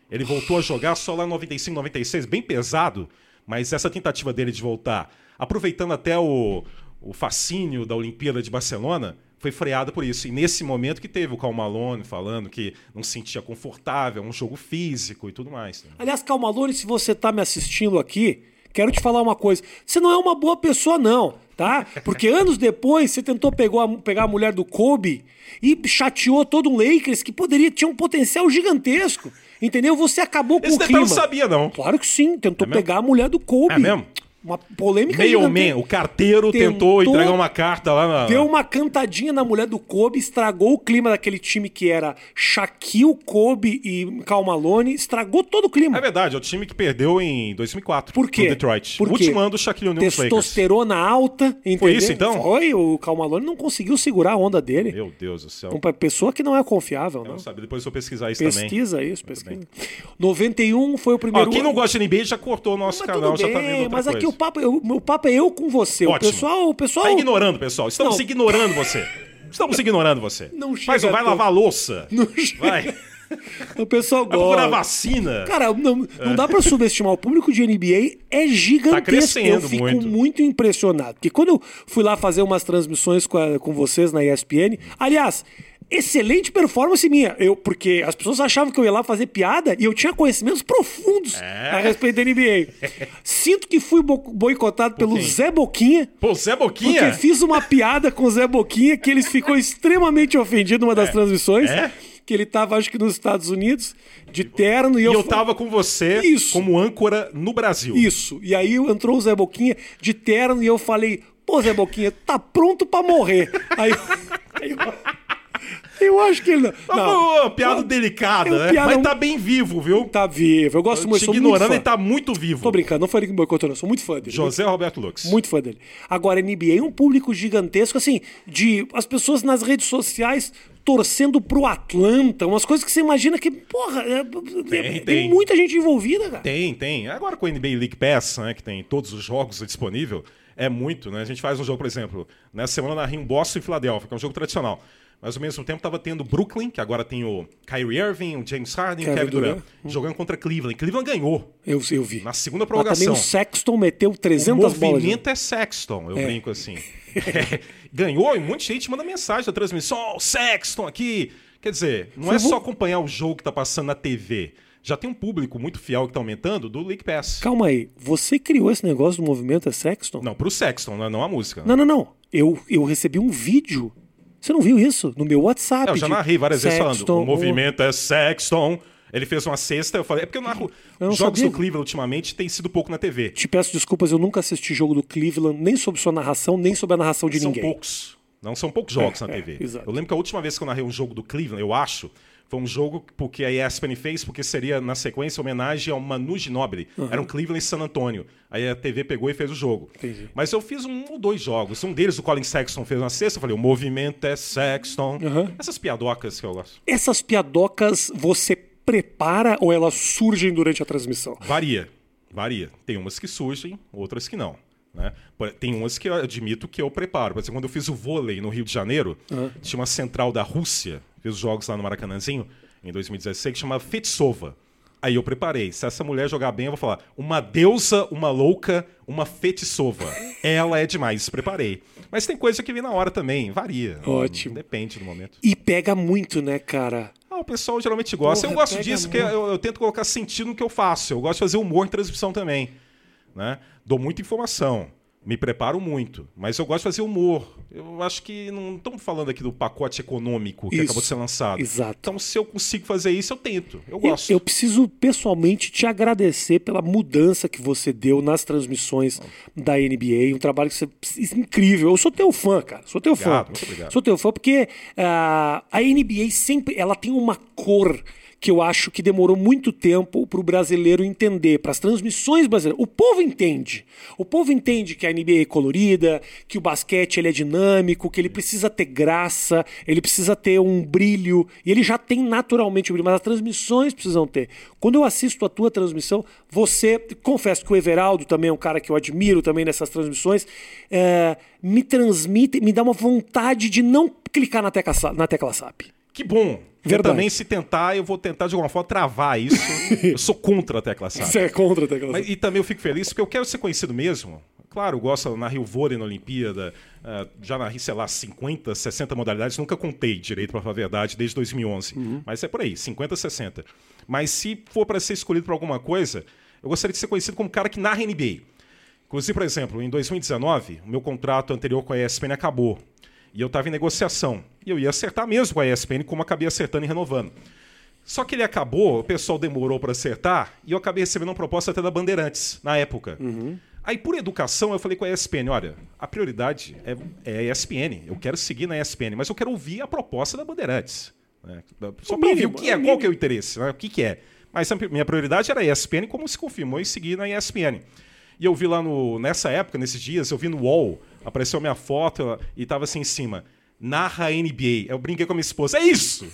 Speaker 2: Ele voltou a jogar só lá em 95, 96, bem pesado, mas essa tentativa dele de voltar, aproveitando até o, o fascínio da Olimpíada de Barcelona, foi freada por isso. E nesse momento que teve o Cal Malone falando que não se sentia confortável, é um jogo físico e tudo mais. né?
Speaker 1: Aliás, Cal Malone, se você tá me assistindo aqui, quero te falar uma coisa. Você não é uma boa pessoa, não, tá? Porque anos depois você tentou pegou a- pegar a mulher do Kobe e chateou todo um Lakers que poderia tinha um potencial gigantesco. Entendeu? Você acabou com
Speaker 2: Esse
Speaker 1: o
Speaker 2: detalhe eu
Speaker 1: clima.
Speaker 2: não sabia, não.
Speaker 1: Claro que sim, tentou
Speaker 2: mesmo?
Speaker 1: pegar a mulher do Kobe.
Speaker 2: É mesmo?
Speaker 1: Uma polêmica
Speaker 2: Mailman,
Speaker 1: gigante-
Speaker 2: o carteiro tentou,
Speaker 1: tentou-
Speaker 2: entregar uma carta lá na.
Speaker 1: Deu um- uma cantadinha na mulher do Kobe, estragou o clima daquele time que era Shaquille, Kobe e Cal Malone, estragou todo o clima.
Speaker 2: É verdade, é o time que perdeu em 2004.
Speaker 1: Por quê?
Speaker 2: pro Detroit.
Speaker 1: Por
Speaker 2: o último
Speaker 1: quê?
Speaker 2: ano do Shaquille O'Neal nos Lakers.
Speaker 1: Testosterona alta, entendeu?
Speaker 2: isso, então?
Speaker 1: Foi, o Cal Malone não conseguiu segurar a onda dele.
Speaker 2: Meu Deus do céu.
Speaker 1: Então, pra pessoa que não é confiável,
Speaker 2: Não
Speaker 1: não.
Speaker 2: sabe, depois eu vou pesquisar isso também.
Speaker 1: Pesquisa isso, pesquisa. 91 foi o
Speaker 2: Ó,
Speaker 1: primeiro...
Speaker 2: quem não gosta de NBA já cortou o nosso
Speaker 1: mas
Speaker 2: canal,
Speaker 1: tudo
Speaker 2: já
Speaker 1: bem,
Speaker 2: tá vendo outra
Speaker 1: mas
Speaker 2: coisa.
Speaker 1: aqui o papo, eu- o papo é eu com você.
Speaker 2: Ótimo.
Speaker 1: O pessoal, o pessoal
Speaker 2: Tá ignorando, pessoal. Estamos
Speaker 1: Não.
Speaker 2: ignorando você. Estamos ignorando você.
Speaker 1: Não chega
Speaker 2: Mas vai
Speaker 1: tanto.
Speaker 2: lavar a louça.
Speaker 1: Não chega.
Speaker 2: Vai. Vai
Speaker 1: o pessoal
Speaker 2: procurar
Speaker 1: gosta.
Speaker 2: vacina.
Speaker 1: Cara, não, não dá pra subestimar. O público de NBA é gigantesco.
Speaker 2: Tá crescendo
Speaker 1: eu fico
Speaker 2: muito.
Speaker 1: muito. impressionado. Porque quando eu fui lá fazer umas transmissões com, a- com vocês na ESPN, aliás, excelente performance minha. Eu, porque as pessoas achavam que eu ia lá fazer piada e eu tinha conhecimentos profundos
Speaker 2: É.
Speaker 1: a respeito da NBA. Sinto que fui bo- boicotado pelo
Speaker 2: quem?
Speaker 1: Zé Boquinha.
Speaker 2: Pô, Zé
Speaker 1: Porque
Speaker 2: Boquinha?
Speaker 1: fiz uma piada com o Zé Boquinha que ele ficou extremamente ofendido numa das transmissões.
Speaker 2: É?
Speaker 1: Que ele tava, acho que nos Estados Unidos, de terno. E,
Speaker 2: E eu
Speaker 1: fa-
Speaker 2: tava com você
Speaker 1: Isso.
Speaker 2: como âncora no Brasil.
Speaker 1: Isso. E aí entrou o Zé Boquinha de terno e eu falei: pô, Zé Boquinha, tá pronto pra morrer. Aí. aí eu, eu acho que ele não.
Speaker 2: Mas
Speaker 1: não.
Speaker 2: foi Tá uma piada delicada,
Speaker 1: é uma
Speaker 2: né?
Speaker 1: piada-
Speaker 2: Mas tá bem vivo, viu?
Speaker 1: Tá vivo. Eu gosto muito.
Speaker 2: Te
Speaker 1: sou muito
Speaker 2: ignorando,
Speaker 1: fã.
Speaker 2: ele tá muito vivo.
Speaker 1: Tô brincando, não foi ele que me boicotou, não. Sou muito fã dele.
Speaker 2: José Roberto Lux.
Speaker 1: Muito fã dele. Agora, NBA é um público gigantesco, assim, de as pessoas nas redes sociais torcendo pro Atlanta, umas coisas que você imagina que, porra, é- é-
Speaker 2: tem.
Speaker 1: muita gente envolvida, cara.
Speaker 2: Tem, tem. Agora com o NBA League Pass, né, que tem todos os jogos disponível, é muito, né? A gente faz um jogo, por exemplo, nessa semana na Rio Boston e Filadélfia, que é um jogo tradicional. Mas ao mesmo tempo tava tendo Brooklyn, que agora tem o Kyrie Irving, o James Harden, o
Speaker 1: Kevin
Speaker 2: Kevin Durant, Hum.
Speaker 1: Durant.
Speaker 2: jogando contra Cleveland. Cleveland ganhou
Speaker 1: Eu, eu vi.
Speaker 2: na segunda
Speaker 1: Mas também
Speaker 2: prorrogação.
Speaker 1: o Sexton meteu
Speaker 2: O
Speaker 1: 300 bolas. né?
Speaker 2: movimento é Sexton, eu brinco assim. Ganhou e um monte de gente manda mensagem da transmissão, ó, o Sexton aqui. Quer dizer, não
Speaker 1: Foi
Speaker 2: é
Speaker 1: bom.
Speaker 2: só acompanhar o jogo que tá passando na TV. Já tem um público muito fiel que tá aumentando do League Pass.
Speaker 1: Calma aí, você criou esse negócio do movimento é Sexton?
Speaker 2: Não, pro Sexton, né? não a música.
Speaker 1: Não, não, não. Eu, eu recebi um vídeo. Você não viu isso? No meu WhatsApp.
Speaker 2: eu já
Speaker 1: de
Speaker 2: narrei várias vezes
Speaker 1: Sexton,
Speaker 2: falando. O movimento é Sexton. Ele fez uma cesta, eu falei. É porque eu narro.
Speaker 1: Eu não
Speaker 2: jogos
Speaker 1: sabia.
Speaker 2: do Cleveland ultimamente tem sido pouco na TV.
Speaker 1: Te peço desculpas, eu nunca assisti jogo do Cleveland, nem sobre sua narração, nem sobre a narração de
Speaker 2: São
Speaker 1: ninguém. É,
Speaker 2: poucos. Não são poucos jogos na TV.
Speaker 1: exato.
Speaker 2: eu lembro que a última vez que eu narrei um jogo do Cleveland, eu acho, foi um jogo porque a ESPN fez, porque seria na sequência homenagem ao Manu Ginóbili. Era um Cleveland e San Antônio. Aí a TV pegou e fez o jogo.
Speaker 1: Entendi.
Speaker 2: Mas eu fiz um ou dois jogos. Um deles, o Colin Sexton, fez uma cesta. Eu falei, o movimento é Sexton. Essas piadocas que eu gosto.
Speaker 1: Essas piadocas você prepara ou elas surgem durante a transmissão?
Speaker 2: Varia, varia. Tem umas que surgem, outras que não. Né? Por- Tem umas que eu admito que eu preparo. Por exemplo, quando eu fiz o vôlei no Rio de Janeiro, tinha uma central da Rússia, fiz os jogos lá no Maracanãzinho, em 2016, que chamava Fetsova. Aí eu preparei. Se essa mulher jogar bem, eu vou falar: uma deusa, uma louca, uma fetissova. Ela é demais. Preparei. Mas tem coisa que vem na hora também. Varia.
Speaker 1: Ótimo.
Speaker 2: Depende do momento.
Speaker 1: E pega muito, né, cara?
Speaker 2: Ah, o pessoal geralmente gosta.
Speaker 1: Porra,
Speaker 2: eu gosto
Speaker 1: pega
Speaker 2: disso porque eu, eu tento colocar sentido no que eu faço. Eu gosto de fazer humor em transmissão também. Né? Dou muita informação. Me preparo muito. Mas eu gosto de fazer humor. Eu acho que não estamos falando aqui do pacote econômico que
Speaker 1: Isso,
Speaker 2: acabou de ser lançado.
Speaker 1: exato.
Speaker 2: Então, se eu consigo fazer isso, eu tento. Eu
Speaker 1: Eu,
Speaker 2: gosto.
Speaker 1: eu preciso pessoalmente te agradecer pela mudança que você deu nas transmissões da NBA, um trabalho que você, incrível. Eu sou teu fã, cara. Sou teu fã.
Speaker 2: Obrigado, muito obrigado.
Speaker 1: Sou teu fã porque ah, a NBA sempre ela tem uma cor que eu acho que demorou muito tempo para o brasileiro entender, para as transmissões brasileiras. O povo entende. O povo entende que a NBA é colorida, que o basquete ele é dinâmico, que ele precisa ter graça, ele precisa ter um brilho, e ele já tem naturalmente o brilho, mas as transmissões precisam ter. Quando eu assisto a tua transmissão, você, confesso que o Everaldo também é um cara que eu admiro também nessas transmissões, é, me transmite, me dá uma vontade de não clicar na tecla, sa- na tecla SAP.
Speaker 2: Que bom.
Speaker 1: Verdade.
Speaker 2: Eu também, se tentar, eu vou tentar de alguma forma travar isso. eu sou contra a tecla SAP.
Speaker 1: é contra a tecla
Speaker 2: Mas- e também eu fico feliz porque eu quero ser conhecido mesmo. Claro, eu gosto na Rio Vôlei na Olimpíada, ah, já na sei lá, 50, 60 modalidades, nunca contei direito, para falar a verdade, desde 2011. Mas é por aí, 50, 60. Mas se for para ser escolhido para alguma coisa, eu gostaria de ser conhecido como um cara que narra NBA. Inclusive, por exemplo, em 2019, o meu contrato anterior com a ESPN acabou. E eu estava em negociação. E eu ia acertar mesmo com a ESPN, como acabei acertando e renovando. Só que ele acabou, o pessoal demorou para acertar, e eu acabei recebendo uma proposta até da Bandeirantes, na época.
Speaker 1: Uhum.
Speaker 2: Aí, por educação, eu falei com a ESPN: olha, a prioridade é, é a ESPN. Eu quero seguir na ESPN, mas eu quero ouvir a proposta da Bandeirantes. né? Só
Speaker 1: O
Speaker 2: para ouvir o
Speaker 1: mínimo,
Speaker 2: que
Speaker 1: é
Speaker 2: é,
Speaker 1: o
Speaker 2: qual que é o interesse, né? o que, que é. Mas a minha prioridade era a ESPN, como se confirmou, e seguir na ESPN. E eu vi lá no, nessa época, nesses dias, eu vi no UOL, apareceu a minha foto ela- e tava assim em cima. Narra NBA. Eu brinquei com a minha esposa. É isso!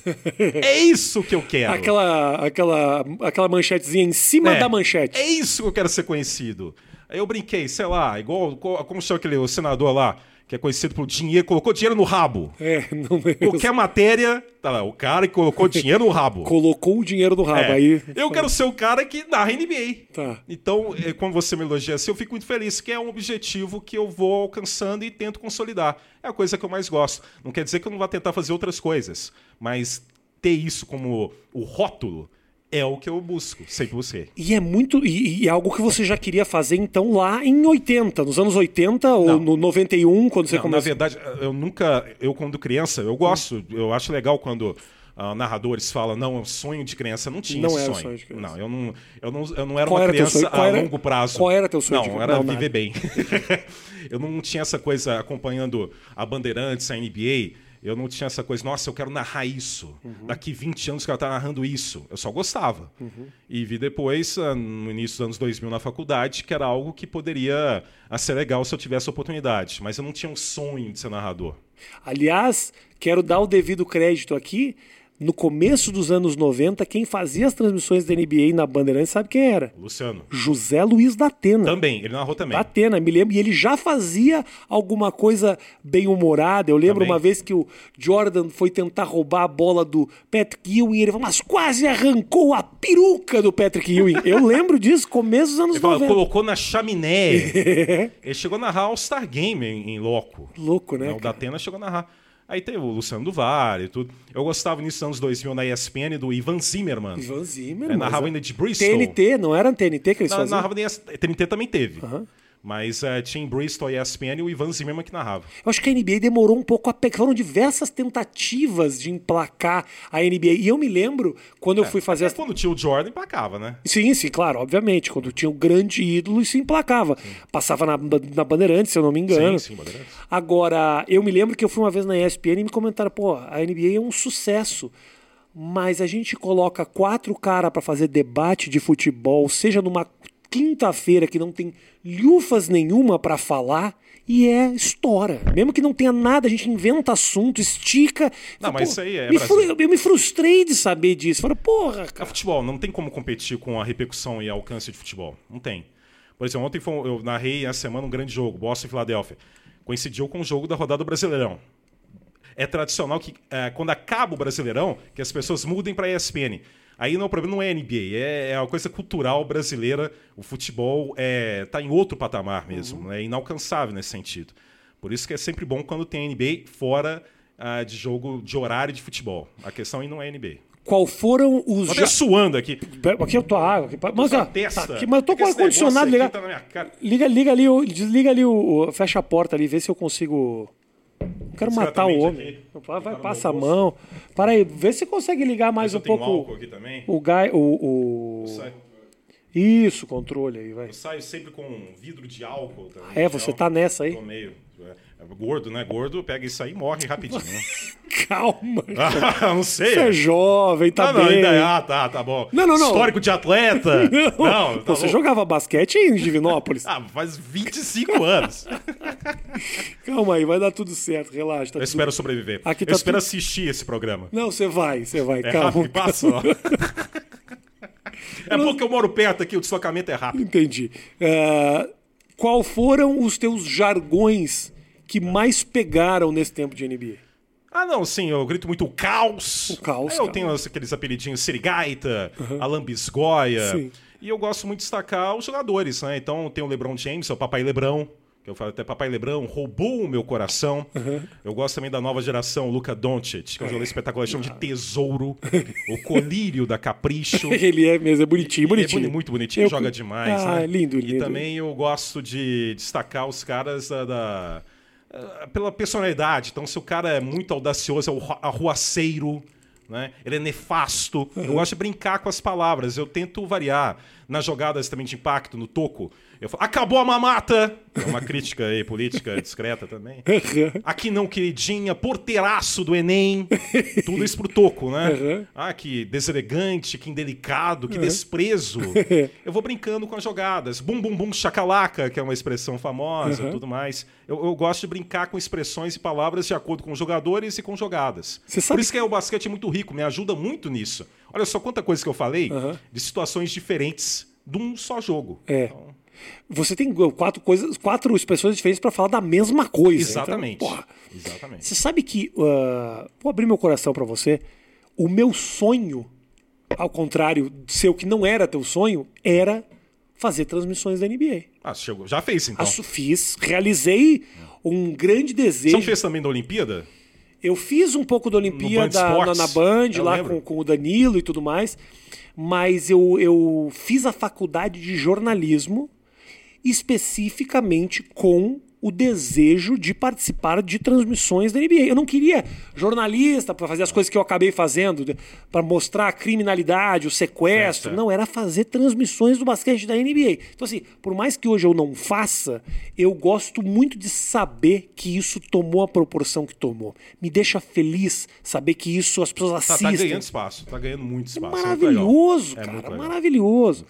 Speaker 2: É isso que eu quero.
Speaker 1: Aquela, aquela, aquela manchetezinha em cima
Speaker 2: É.
Speaker 1: da manchete.
Speaker 2: É isso que eu quero ser conhecido. Aí eu brinquei, sei lá, igual. co- Como chama aquele o senador lá? que é conhecido pelo dinheiro, colocou dinheiro no rabo.
Speaker 1: É, não é
Speaker 2: Qualquer matéria, tá lá, o cara que colocou dinheiro no rabo.
Speaker 1: Colocou o dinheiro no rabo.
Speaker 2: É.
Speaker 1: Aí.
Speaker 2: Eu quero ser o cara que narra NBA.
Speaker 1: Tá.
Speaker 2: Então, é, quando você me elogia assim, eu fico muito feliz, que é um objetivo que eu vou alcançando e tento consolidar. É a coisa que eu mais gosto. Não quer dizer que eu não vá tentar fazer outras coisas, mas ter isso como o rótulo é o que eu busco, sempre busquei.
Speaker 1: E é muito. E, e é algo que você já queria fazer, então, lá em 80, nos anos 80 ou
Speaker 2: Não.
Speaker 1: no 91, quando você
Speaker 2: Não, Na
Speaker 1: começou.
Speaker 2: verdade, eu nunca. Eu, quando criança, eu gosto, eu acho legal quando. ah, narradores falam, não, é um sonho de criança. Eu Não tinha
Speaker 1: Não
Speaker 2: esse
Speaker 1: era
Speaker 2: sonho.
Speaker 1: sonho de criança.
Speaker 2: Não, eu não, eu não, eu não era
Speaker 1: Qual
Speaker 2: uma
Speaker 1: era teu
Speaker 2: criança
Speaker 1: sonho? Qual
Speaker 2: a
Speaker 1: era-
Speaker 2: longo prazo.
Speaker 1: qual era teu sonho de-
Speaker 2: Não, era
Speaker 1: Não, nada.
Speaker 2: viver bem. eu não tinha essa coisa acompanhando a Bandeirantes, a NBA. Eu não tinha essa coisa, nossa, eu quero narrar isso.
Speaker 1: Uhum.
Speaker 2: Daqui 20 anos que ela tá narrando isso. Eu só gostava. E vi depois, ah, no início dos anos 2000 na faculdade, que era algo que poderia ah, ser legal se eu tivesse a oportunidade. Mas eu não tinha um sonho de ser narrador.
Speaker 1: Aliás, quero dar o devido crédito aqui. No começo dos anos 90, quem fazia as transmissões da NBA na Bandeirantes sabe quem era?
Speaker 2: Luciano.
Speaker 1: José Luiz da Atena.
Speaker 2: Também, ele narrou também.
Speaker 1: Da Atena, me lembro. E ele já fazia alguma coisa bem-humorada. Eu lembro
Speaker 2: Também.
Speaker 1: uma vez que o Jordan foi tentar roubar a bola do Patrick Ewing. Ele falou, mas quase arrancou a peruca do Patrick Ewing. Eu lembro disso, começo dos anos
Speaker 2: Ele fala,
Speaker 1: 90.
Speaker 2: colocou na chaminé. ele chegou a narrar All-Star Game em, em loco.
Speaker 1: Louco, né?
Speaker 2: Né, O da Atena chegou a narrar. Aí tem o Luciano Duvar e tudo. Eu gostava nisso nos anos 2000 na ESPN do Ivan Zimmerman.
Speaker 1: Ivan Zimmer,
Speaker 2: É,
Speaker 1: mas-
Speaker 2: narrava ainda de Bristol.
Speaker 1: TNT, não era TNT que eles
Speaker 2: Na,
Speaker 1: faziam?
Speaker 2: narrava na ES TNT também teve. Mas eh, tinha em Bristol e ESPN e o Ivan Zimmerman que narrava.
Speaker 1: Eu acho que a NBA demorou um pouco a pegar. Foram diversas tentativas de emplacar a NBA. E eu me lembro quando eu
Speaker 2: É.
Speaker 1: fui fazer as.
Speaker 2: Quando tinha o Jordan, empacava, né?
Speaker 1: Sim, sim, claro, obviamente. Quando tinha um grande ídolo, isso emplacava. Passava na, ba- na Bandeirantes, se eu não me engano.
Speaker 2: Sim, sim, Bandeirantes.
Speaker 1: Agora, eu me lembro que eu fui uma vez na ESPN e me comentaram, pô, a NBA é um sucesso. Mas a gente coloca quatro caras pra fazer debate de futebol, seja numa quinta-feira que não tem lufas nenhuma pra falar, e é estoura. Mesmo que não tenha nada, a gente inventa assunto, estica.
Speaker 2: Não,
Speaker 1: Fala,
Speaker 2: mas
Speaker 1: pô,
Speaker 2: isso aí é
Speaker 1: me
Speaker 2: Brasil.
Speaker 1: fru- Eu me frustrei de saber disso. Falei, porra,
Speaker 2: É
Speaker 1: cara.
Speaker 2: futebol, não tem como competir com a repercussão e alcance de futebol. Não tem. Por exemplo, ontem foi um- eu narrei a semana um grande jogo, Boston e Filadélfia. Coincidiu com o jogo da rodada do Brasileirão. É tradicional que eh, quando acaba o Brasileirão, que as pessoas mudem para ESPN. Aí não, o problema não é NBA, é, é uma coisa cultural brasileira. O futebol é, tá em outro patamar mesmo, é inalcançável nesse sentido. Por isso que é sempre bom quando tem NBA fora ah, de jogo, de horário de futebol. A questão aí não é NBA.
Speaker 1: Qual foram os.
Speaker 2: Tô até
Speaker 1: jo-
Speaker 2: suando aqui.
Speaker 1: Pera- Aqui eu tô água. Aqui, pa- mas,
Speaker 2: Essa
Speaker 1: ó,
Speaker 2: testa.
Speaker 1: tá aqui, mas eu tô com o
Speaker 2: Esse negócio
Speaker 1: ar-condicionado
Speaker 2: aqui
Speaker 1: ligado.
Speaker 2: tá na minha cara.
Speaker 1: Liga, liga ali, o- desliga ali o, o- Fecha a porta ali, vê se eu consigo. Não quero matar o
Speaker 2: Discretamente
Speaker 1: homem.
Speaker 2: aqui.
Speaker 1: Vai, vai,
Speaker 2: Tá no
Speaker 1: passa a
Speaker 2: meu bolso.
Speaker 1: mão. Para aí, vê se consegue ligar mais um
Speaker 2: Eu tenho um
Speaker 1: pouco
Speaker 2: álcool aqui também.
Speaker 1: o gás. O, o...
Speaker 2: Eu saio-
Speaker 1: Isso, controle aí, vai.
Speaker 2: Eu saio sempre com um vidro de álcool também. então
Speaker 1: É, você tá nessa aí?
Speaker 2: Tô meio. é, é gordo, né? Gordo pega isso aí e morre rapidinho. né?
Speaker 1: Calma.
Speaker 2: Ah, não sei.
Speaker 1: Você é jovem, tá
Speaker 2: Ah, não,
Speaker 1: bem.
Speaker 2: ainda é. Ah, tá, tá bom.
Speaker 1: Não, não, não.
Speaker 2: Histórico de atleta.
Speaker 1: Não,
Speaker 2: tá
Speaker 1: você
Speaker 2: bom.
Speaker 1: jogava basquete em Divinópolis?
Speaker 2: Ah, faz 25 anos.
Speaker 1: Calma aí, vai dar tudo certo, relaxa. tá
Speaker 2: Eu
Speaker 1: tudo-
Speaker 2: espero sobreviver.
Speaker 1: Aqui tá
Speaker 2: eu espero
Speaker 1: tudo-
Speaker 2: assistir esse programa.
Speaker 1: Não, você vai, você vai,
Speaker 2: É
Speaker 1: calma.
Speaker 2: rápido que passa. ó. é bom que eu moro perto aqui, o deslocamento é rápido.
Speaker 1: Entendi. Ah, qual foram os teus jargões que mais pegaram nesse tempo de NBA?
Speaker 2: Ah, não, sim, eu grito muito o caos.
Speaker 1: O caos,
Speaker 2: Aí Eu
Speaker 1: cara.
Speaker 2: tenho as- aqueles apelidinhos serigaita, a alambisgoia.
Speaker 1: Sim.
Speaker 2: E eu gosto muito de destacar os jogadores, né? Então tem o LeBron James, é o Papai Lebrão. Que eu falo até Papai Lebrão roubou o meu coração. Eu gosto também da nova geração, o Luca Doncic, que é um jogador espetacular, chama de tesouro, o colírio da capricho.
Speaker 1: Ele é mesmo, é bonitinho,
Speaker 2: Ele é
Speaker 1: bonitinho.
Speaker 2: boni- muito bonitinho,
Speaker 1: Eu-
Speaker 2: joga demais.
Speaker 1: Ah,
Speaker 2: né?
Speaker 1: lindo,
Speaker 2: E
Speaker 1: lindo.
Speaker 2: também eu gosto de destacar os caras ah, da, ah, pela personalidade. Então, se o cara é muito audacioso, é o ro- arruaceiro, né? ele é nefasto. Eu gosto de brincar com as palavras, eu tento variar. Nas jogadas também de impacto, no toco, eu falo, acabou a mamata! É uma crítica aí, política discreta também. Aqui não, queridinha, porteiraço do Enem. Tudo isso pro toco, né? Ah, que deselegante, que indelicado, que desprezo. Eu vou brincando com as jogadas. Bum, bum, bum, chacalaca, que é uma expressão famosa tudo mais. Eu, eu gosto de brincar com expressões e palavras de acordo com os jogadores e com jogadas.
Speaker 1: Você sabe-
Speaker 2: Por isso que o basquete é muito rico, me ajuda muito nisso. Olha só quanta coisa que eu falei de situações diferentes de um só jogo.
Speaker 1: É.
Speaker 2: Então,
Speaker 1: Você tem quatro coisas, quatro expressões diferentes para falar da mesma coisa.
Speaker 2: Exatamente.
Speaker 1: Então, porra,
Speaker 2: Exatamente.
Speaker 1: você sabe que uh, vou abrir meu coração para você. O meu sonho, ao contrário do seu que não era teu sonho, era fazer transmissões da NBA.
Speaker 2: Ah, chegou. Já fez, então.
Speaker 1: Asso- fiz, realizei um grande
Speaker 2: Você
Speaker 1: desejo.
Speaker 2: não fez também da Olimpíada?
Speaker 1: Eu fiz um pouco da Olimpíada
Speaker 2: Band
Speaker 1: na,
Speaker 2: Sports.
Speaker 1: na Band,
Speaker 2: Eu
Speaker 1: lá
Speaker 2: lembro.
Speaker 1: com, com o Danilo e tudo mais, mas eu, eu fiz a faculdade de jornalismo especificamente com o desejo de participar de transmissões da NBA. Eu não queria jornalista para fazer as coisas que eu acabei fazendo, para mostrar a criminalidade, o sequestro.
Speaker 2: Certo.
Speaker 1: Não, era fazer transmissões do basquete da NBA. Então, assim, por mais que hoje eu não faça, eu gosto muito de saber que isso tomou a proporção que tomou. Me deixa feliz saber que isso as pessoas
Speaker 2: Tá,
Speaker 1: assistem.
Speaker 2: tá ganhando espaço. Tá ganhando muito espaço. é muito legal.
Speaker 1: Maravilhoso,
Speaker 2: É muito
Speaker 1: cara.
Speaker 2: legal.
Speaker 1: maravilhoso.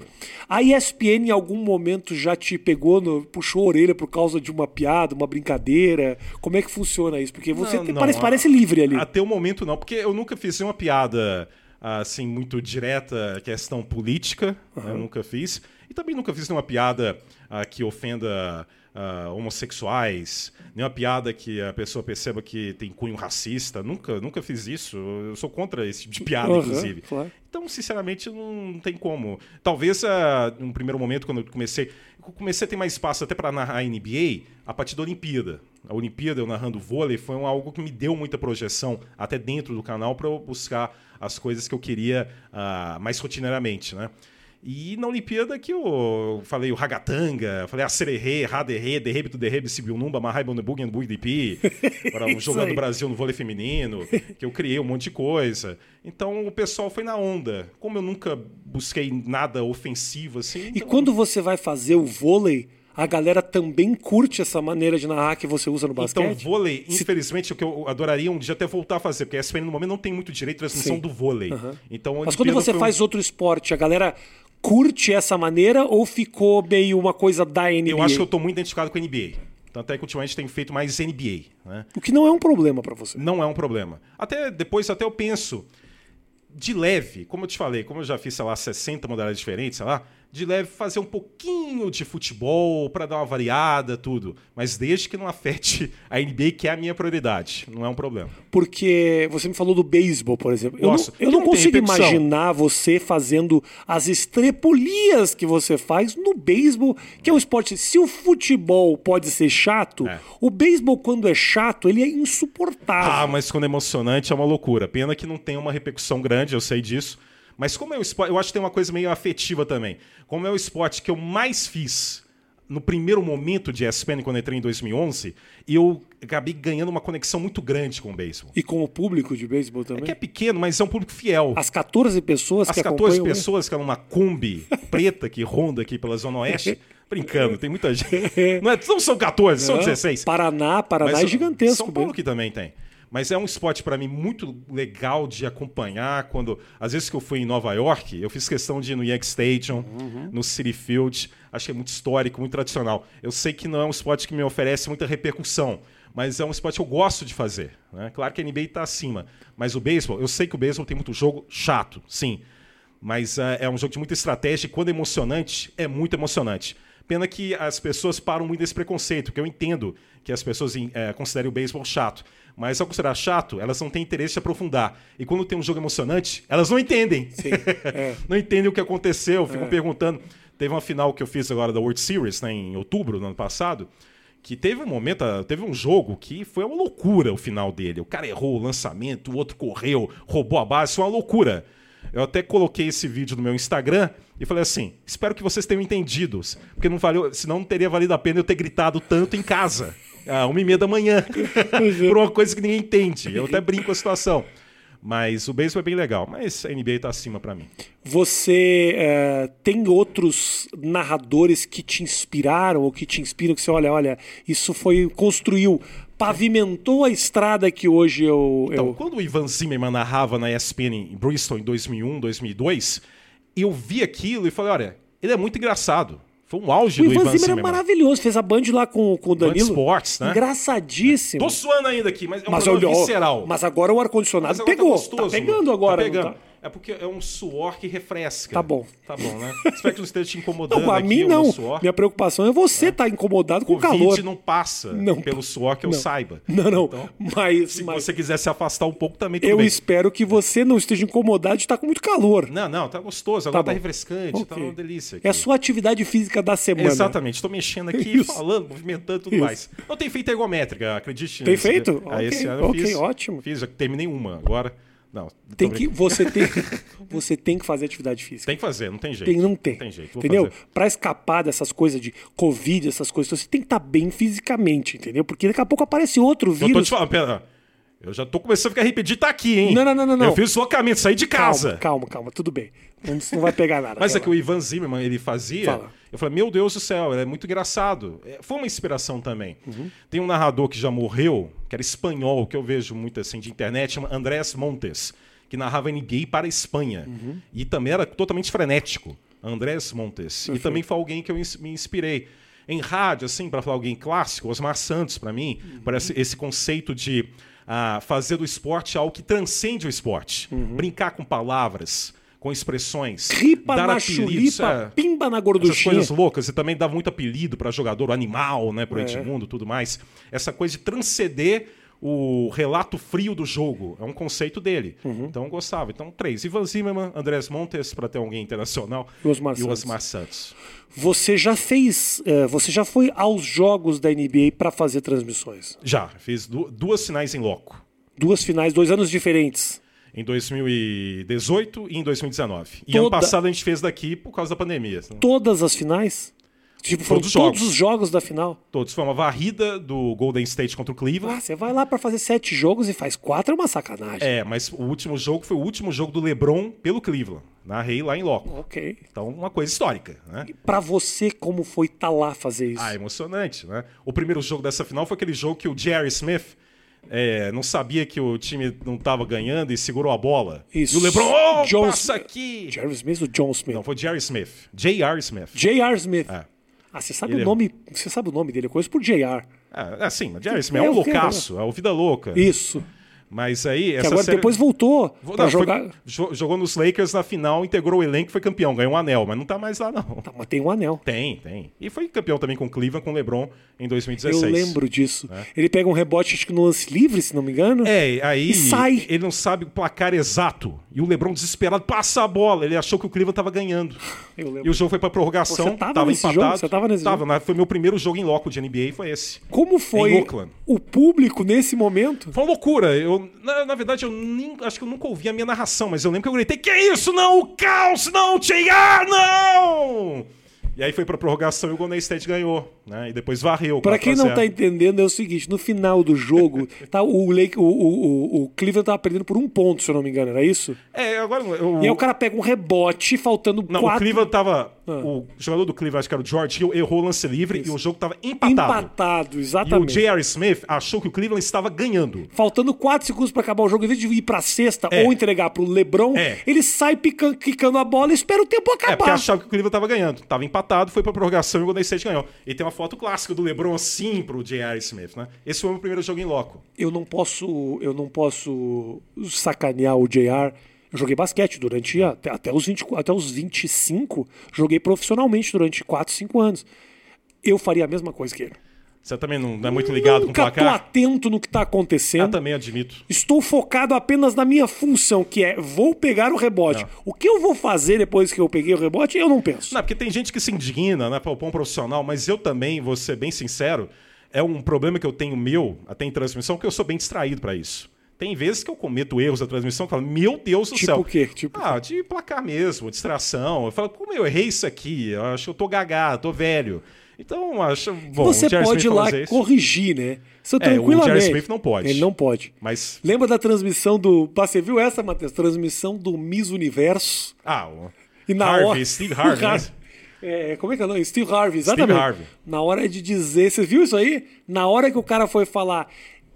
Speaker 1: A ESPN em algum momento já te pegou, no- puxou a orelha por causa de uma piada, uma brincadeira. Como é que funciona isso? Porque você
Speaker 2: Não,
Speaker 1: tem-
Speaker 2: não,
Speaker 1: parece,
Speaker 2: a-
Speaker 1: parece livre ali.
Speaker 2: Até o momento não, porque eu nunca fiz uma piada assim muito direta, questão política, eu nunca fiz. E também nunca fiz nenhuma piada ah, que ofenda ah, homossexuais, nenhuma piada que a pessoa perceba que tem cunho racista. Nunca, nunca fiz isso. Eu sou contra esse tipo de piada,
Speaker 1: Aham,
Speaker 2: inclusive.
Speaker 1: claro.
Speaker 2: Então, sinceramente, não não tem como. Talvez, ah, num primeiro momento, quando eu comecei. eu Comecei a ter mais espaço até para narrar a NBA a partir da Olimpíada. A Olimpíada, eu narrando vôlei, foi um- algo que me deu muita projeção, até dentro do canal, para eu buscar as coisas que eu queria ah, mais rotineiramente, né? E na Olimpíada que eu falei o Ragatanga, falei Acererê, Raderê, Derrebe do Derrebe, Sibilumba, Mahai Bondebug and Bugdipi, para um
Speaker 1: Isso
Speaker 2: jogando
Speaker 1: aí.
Speaker 2: Brasil no vôlei feminino, que eu criei um monte de coisa. Então o pessoal foi na onda. Como eu nunca busquei nada ofensivo assim.
Speaker 1: E
Speaker 2: então-
Speaker 1: quando você vai fazer o vôlei, a galera também curte essa maneira de narrar que você usa no
Speaker 2: Então,
Speaker 1: basquete?
Speaker 2: vôlei, infelizmente, o que eu adoraria um dia até voltar a fazer, porque a ESPN no momento não tem muito direito à transmissão
Speaker 1: Sim.
Speaker 2: do vôlei. Então, a
Speaker 1: Mas quando
Speaker 2: Olimpíada
Speaker 1: você
Speaker 2: foi um-
Speaker 1: faz outro esporte, a galera curte essa maneira ou ficou meio uma coisa da NBA?
Speaker 2: Eu acho que eu tô muito identificado com a NBA. Tanto é que ultimamente tem feito mais NBA, né?
Speaker 1: O que não é um problema pra você.
Speaker 2: Não é um problema. Até depois, até eu penso, de leve, como eu te falei, como eu já fiz, sei lá, 60 modalidades diferentes, sei lá, de leve fazer um pouquinho de futebol pra dar uma variada, tudo. Mas desde que não afete a NBA, que é a minha prioridade. Não é um problema.
Speaker 1: Porque você me falou do beisebol, por exemplo. Eu
Speaker 2: Nossa,
Speaker 1: não, eu não
Speaker 2: não tem
Speaker 1: consigo
Speaker 2: repercussão.
Speaker 1: imaginar você fazendo as estrepolias que você faz no beisebol, que é um esporte. Se o futebol pode ser chato,
Speaker 2: É.
Speaker 1: o beisebol, quando é chato, ele é insuportável.
Speaker 2: Ah, mas quando é emocionante é uma loucura. Pena que não tem uma repercussão grande, eu sei disso. Mas como é o esporte, eu acho que tem uma coisa meio afetiva também. Como é o esporte que eu mais fiz no primeiro momento de ESPN, quando eu entrei em 2011, eu acabei ganhando uma conexão muito grande com o beisebol.
Speaker 1: E com o público de beisebol também.
Speaker 2: É que é pequeno, mas é um público fiel.
Speaker 1: As 14 pessoas
Speaker 2: As
Speaker 1: Ah, que
Speaker 2: 14
Speaker 1: acompanham. né?
Speaker 2: pessoas que eram uma Kombi preta que ronda aqui pela Zona Oeste. Brincando, tem muita gente. Não, é- não são 14, são
Speaker 1: Não,
Speaker 2: 16.
Speaker 1: Paraná, Paraná
Speaker 2: Mas
Speaker 1: é gigantesco.
Speaker 2: São Paulo que também tem. Mas é um esporte para mim muito legal de acompanhar. Quando às vezes que eu fui em Nova York, eu fiz questão de ir no Yankee Stadium,
Speaker 1: Uhum.
Speaker 2: no City Field. Acho que é muito histórico, muito tradicional. Eu sei que não é um esporte que me oferece muita repercussão, mas é um esporte que eu gosto de fazer. né? Claro que a NBA está acima, mas o beisebol, eu sei que o beisebol tem muito jogo chato, sim. Mas ah, é um jogo de muita estratégia e quando é emocionante, é muito emocionante. Pena que as pessoas param muito desse preconceito, que eu entendo que as pessoas em- eh, considerem o beisebol chato. Mas ao considerar chato, elas não têm interesse de aprofundar. E quando tem um jogo emocionante, elas não entendem. não entendem o que aconteceu, ficam perguntando. Teve uma final que eu fiz agora da World Series, né, em outubro do ano passado, que teve um momento, ah, teve um jogo que foi uma loucura o final dele. O cara errou o lançamento, o outro correu, roubou a base, foi uma loucura. Eu até coloquei esse vídeo no meu Instagram e falei assim: espero que vocês tenham entendido, porque não valeu, senão não teria valido a pena eu ter gritado tanto em casa, a uma e meia da manhã, por uma coisa que ninguém entende. Eu até brinco com a situação. Mas o beisebol é bem legal, mas a NBA tá acima pra mim.
Speaker 1: Você eh, tem outros narradores que te inspiraram ou que te inspiram? Que você olha, olha, isso foi. construiu, pavimentou a estrada que hoje eu.
Speaker 2: Então,
Speaker 1: eu-
Speaker 2: quando o Ivan Zimmerman narrava na ESPN em Bristol em 2001, 2002, eu vi aquilo e falei, olha, ele é muito engraçado. Foi um auge
Speaker 1: O
Speaker 2: do
Speaker 1: Ivan Zimmer é
Speaker 2: Zimmerman.
Speaker 1: maravilhoso, fez a Band lá com, com o
Speaker 2: Band
Speaker 1: Danilo.
Speaker 2: Sports, né?
Speaker 1: Engraçadíssimo.
Speaker 2: Tô suando ainda aqui, mas é um
Speaker 1: mas,
Speaker 2: programa
Speaker 1: olha, ó,
Speaker 2: visceral.
Speaker 1: mas agora o
Speaker 2: Mas
Speaker 1: ar-condicionado
Speaker 2: agora
Speaker 1: pegou.
Speaker 2: gostoso,
Speaker 1: tá pegando
Speaker 2: mano.
Speaker 1: agora.
Speaker 2: Tá
Speaker 1: não
Speaker 2: pegando.
Speaker 1: tá?
Speaker 2: É É porque é um suor que refresca.
Speaker 1: Tá bom.
Speaker 2: Tá bom, né? Espero que não esteja te incomodando.
Speaker 1: Não, a
Speaker 2: aqui,
Speaker 1: mim
Speaker 2: o meu
Speaker 1: não.
Speaker 2: Suor.
Speaker 1: Minha preocupação é você estar incomodado com o
Speaker 2: Covid
Speaker 1: calor.
Speaker 2: não passa
Speaker 1: Não.
Speaker 2: pelo suor que eu saiba.
Speaker 1: Não, não.
Speaker 2: Então,
Speaker 1: mas
Speaker 2: se
Speaker 1: mas
Speaker 2: você quiser se afastar um pouco também, tudo
Speaker 1: eu
Speaker 2: bem.
Speaker 1: espero que você não esteja incomodado de estar com muito calor.
Speaker 2: Não, não, tá gostoso. Agora tá,
Speaker 1: bom.
Speaker 2: refrescante, tá
Speaker 1: Ok.
Speaker 2: uma delícia.
Speaker 1: É a
Speaker 2: aqui.
Speaker 1: sua atividade física da semana.
Speaker 2: Exatamente, estou mexendo aqui,
Speaker 1: Isso.
Speaker 2: falando, movimentando tudo
Speaker 1: Isso.
Speaker 2: mais. Não tem feito ergométrica, acredite.
Speaker 1: Tem
Speaker 2: nesse-
Speaker 1: feito?
Speaker 2: Ah, esse
Speaker 1: Ok,
Speaker 2: ano eu
Speaker 1: ok,
Speaker 2: fiz.
Speaker 1: ótimo.
Speaker 2: Fiz, já terminei uma agora. Não, tô
Speaker 1: Tem que,
Speaker 2: brincando.
Speaker 1: você, tem, você tem que fazer atividade física.
Speaker 2: tem que fazer, não tem jeito.
Speaker 1: Tem, não tem.
Speaker 2: Tem jeito, vou
Speaker 1: entendeu?
Speaker 2: fazer.
Speaker 1: Pra escapar dessas coisas de Covid, essas coisas, então você tem que estar bem fisicamente, entendeu? Porque daqui a pouco aparece outro
Speaker 2: Eu tô te
Speaker 1: vírus.
Speaker 2: falando, pera. Eu já tô começando a ficar arrependido, tá aqui, hein?
Speaker 1: Não, não, não, não, não.
Speaker 2: Eu fiz deslocamento, saí de casa.
Speaker 1: Calma, calma, calma, tudo bem. Não- Isso não vai pegar nada.
Speaker 2: Mas é
Speaker 1: relaxa.
Speaker 2: que o Ivan Zimmerman, ele fazia.
Speaker 1: Fala.
Speaker 2: Eu falei, meu Deus do céu, é muito engraçado. É, Foi uma inspiração também.
Speaker 1: Uhum.
Speaker 2: Tem um narrador que já morreu, que era espanhol, que eu vejo muito assim de internet, chama Andrés Montes, que narrava NBA para a Espanha.
Speaker 1: Uhum.
Speaker 2: E também era totalmente frenético. Andrés Montes. E também foi alguém que eu ins- me inspirei. Em rádio, assim, para falar alguém clássico, Osmar Santos, para mim,
Speaker 1: Uhum.
Speaker 2: parece esse conceito de ah, fazer do esporte algo que transcende o esporte.
Speaker 1: Uhum.
Speaker 2: Brincar com palavras, com expressões.
Speaker 1: Ripa
Speaker 2: dar
Speaker 1: na
Speaker 2: apelidos,
Speaker 1: chulipa,
Speaker 2: é.
Speaker 1: pimba na
Speaker 2: Essas
Speaker 1: gorduchinha.
Speaker 2: coisas loucas, e também dava muito apelido para jogador, o animal, né,
Speaker 1: É.
Speaker 2: pro Edmundo tudo mais. Essa coisa de transcender o relato frio do jogo. É um conceito dele.
Speaker 1: Uhum.
Speaker 2: Então eu gostava. Então, três. Ivan Zimmerman, Andrés Montes, para ter alguém internacional.
Speaker 1: E Osmar
Speaker 2: E o
Speaker 1: Santos.
Speaker 2: Osmar Santos.
Speaker 1: Você já fez, eh, você já foi aos jogos da NBA pra fazer transmissões?
Speaker 2: Já, fiz du- duas finais em loco.
Speaker 1: Duas finais, dois anos diferentes.
Speaker 2: Em 2018 e em 2019. E
Speaker 1: Toda-
Speaker 2: ano passado a gente fez daqui por causa da pandemia. né?
Speaker 1: Todas as finais? Tipo, foram
Speaker 2: Todos os
Speaker 1: todos
Speaker 2: jogos.
Speaker 1: os jogos da final.
Speaker 2: Todos. Foi uma varrida do Golden State contra o Cleveland.
Speaker 1: Ah, você vai lá pra fazer sete jogos e faz quatro, é uma sacanagem.
Speaker 2: É, mas o último jogo foi o último jogo do LeBron pelo Cleveland. Narrei lá em loco.
Speaker 1: Ok.
Speaker 2: Então, uma coisa histórica, né?
Speaker 1: Pra você, como foi estar lá fazer isso?
Speaker 2: Ah, emocionante, né? O primeiro jogo dessa final foi aquele jogo que o Jerry Smith é, não sabia que o time não estava ganhando e segurou a bola.
Speaker 1: Isso.
Speaker 2: E o LeBron, oh,
Speaker 1: John-
Speaker 2: passa aqui!
Speaker 1: Jerry Smith ou John Smith?
Speaker 2: Não, foi Jerry Smith. J.R. Smith.
Speaker 1: J.R. Smith.
Speaker 2: É.
Speaker 1: Ah, você sabe
Speaker 2: Ele
Speaker 1: o
Speaker 2: é-
Speaker 1: nome. Você sabe o nome dele, eu conheço por J.R.
Speaker 2: É, é, sim, mas Jerry Smith é
Speaker 1: É
Speaker 2: um
Speaker 1: o que-
Speaker 2: loucaço, é o Vida Louca.
Speaker 1: Isso.
Speaker 2: Mas aí,
Speaker 1: Que
Speaker 2: essa
Speaker 1: agora
Speaker 2: série-
Speaker 1: depois voltou
Speaker 2: Vo-
Speaker 1: pra
Speaker 2: não, foi-
Speaker 1: jogar.
Speaker 2: jo- Jogou nos Lakers na final, integrou o elenco, foi campeão, ganhou um anel, mas não tá mais lá, não.
Speaker 1: Tá, mas tem um anel.
Speaker 2: Tem, tem. E foi campeão também com o Cleveland, com o LeBron em
Speaker 1: Eu
Speaker 2: 2016.
Speaker 1: lembro disso. Ele pega um rebote, acho que no lance livre, se não me engano.
Speaker 2: É, aí
Speaker 1: E sai.
Speaker 2: ele não sabe o placar exato. E o LeBron desesperado passa a bola. Ele achou que o Cleveland tava ganhando.
Speaker 1: Eu lembro.
Speaker 2: E o jogo foi pra prorrogação,
Speaker 1: Você tava nesse
Speaker 2: empatado.
Speaker 1: jogo? Você tava nesse jogo?
Speaker 2: né? foi meu primeiro jogo em loco de NBA, foi esse.
Speaker 1: Como foi
Speaker 2: Em Oakland.
Speaker 1: o público nesse momento?
Speaker 2: Foi uma loucura. Eu, na, na verdade, eu nem, acho que eu nunca ouvi a minha narração, mas eu lembro que eu gritei: Que isso? Não, o caos! Não, Tiar! Não! E aí foi pra prorrogação e o Golden State ganhou. Né? E depois varreu.
Speaker 1: Pra quem
Speaker 2: 4 a
Speaker 1: não
Speaker 2: 0.
Speaker 1: tá entendendo, é o seguinte: no final do jogo, tá, o, Lake, o, o, o- o Cleveland tava perdendo por um ponto, se eu não me engano, era isso?
Speaker 2: É, agora. Eu,
Speaker 1: E aí o cara pega um rebote, faltando
Speaker 2: Não, o
Speaker 1: quatro. Ah.
Speaker 2: Cleveland tava. O jogador do Cleveland, acho que era o George Hill, errou o lance livre e o jogo tava tá empatado.
Speaker 1: empatado,
Speaker 2: E o
Speaker 1: exatamente.
Speaker 2: J.R. Smith achou que o Cleveland estava ganhando.
Speaker 1: Faltando 4 segundos pra acabar o jogo, em vez de ir pra sexta
Speaker 2: É.
Speaker 1: ou entregar pro LeBron,
Speaker 2: É.
Speaker 1: ele sai pican- quicando a bola e espera o tempo
Speaker 2: É, porque
Speaker 1: acabar.
Speaker 2: achava que o Cleveland estava ganhando. Tava empatado, foi pra prorrogação e o Golden State ganhou. E tem uma foto clássica do LeBron assim pro J.R. Smith, né? Esse foi o meu primeiro jogo em loco.
Speaker 1: Eu não posso, eu não posso sacanear o JR. Eu joguei basquete durante até, até os 20, até os 25, joguei profissionalmente durante 4, 5 anos. Eu faria a mesma coisa que ele.
Speaker 2: Você também não é muito ligado com o
Speaker 1: Nunca tô
Speaker 2: placar? Ah,
Speaker 1: atento no que tá
Speaker 2: Eu
Speaker 1: acontecendo.
Speaker 2: também admito.
Speaker 1: Estou focado apenas na minha função, que é vou pegar o rebote. O que eu vou fazer depois que eu peguei o rebote, eu não penso.
Speaker 2: Não, porque tem gente que se indigna, né, para o pão profissional, mas eu também, vou ser bem sincero, é um problema que eu tenho meu, até em transmissão, que eu sou bem distraído para isso. Tem vezes que eu cometo erros da transmissão que eu falo, meu Deus do
Speaker 1: Tipo
Speaker 2: céu.
Speaker 1: o quê? Tipo-
Speaker 2: ah, de placar mesmo, distração. Eu falo, como eu errei isso aqui? Eu acho que eu tô gagá, tô velho. Então, acho. Bom,
Speaker 1: Você
Speaker 2: o Jerry
Speaker 1: pode ir
Speaker 2: Smith
Speaker 1: lá
Speaker 2: fazer isso,
Speaker 1: corrigir, né? Isso
Speaker 2: É, o
Speaker 1: tranquilamente.
Speaker 2: Jerry Smith não pode.
Speaker 1: Ele não pode.
Speaker 2: Mas.
Speaker 1: Lembra da transmissão do. Pá, Você viu essa, Matheus? Transmissão do Miss Universo.
Speaker 2: Ah, o
Speaker 1: E na
Speaker 2: Harvey,
Speaker 1: hora.
Speaker 2: Steve
Speaker 1: o
Speaker 2: Harvey. né?
Speaker 1: Har- É, como é que é o nome? Steve Harvey, exatamente.
Speaker 2: Harvey.
Speaker 1: Na hora de dizer. Você viu isso aí? Na hora que o cara foi falar.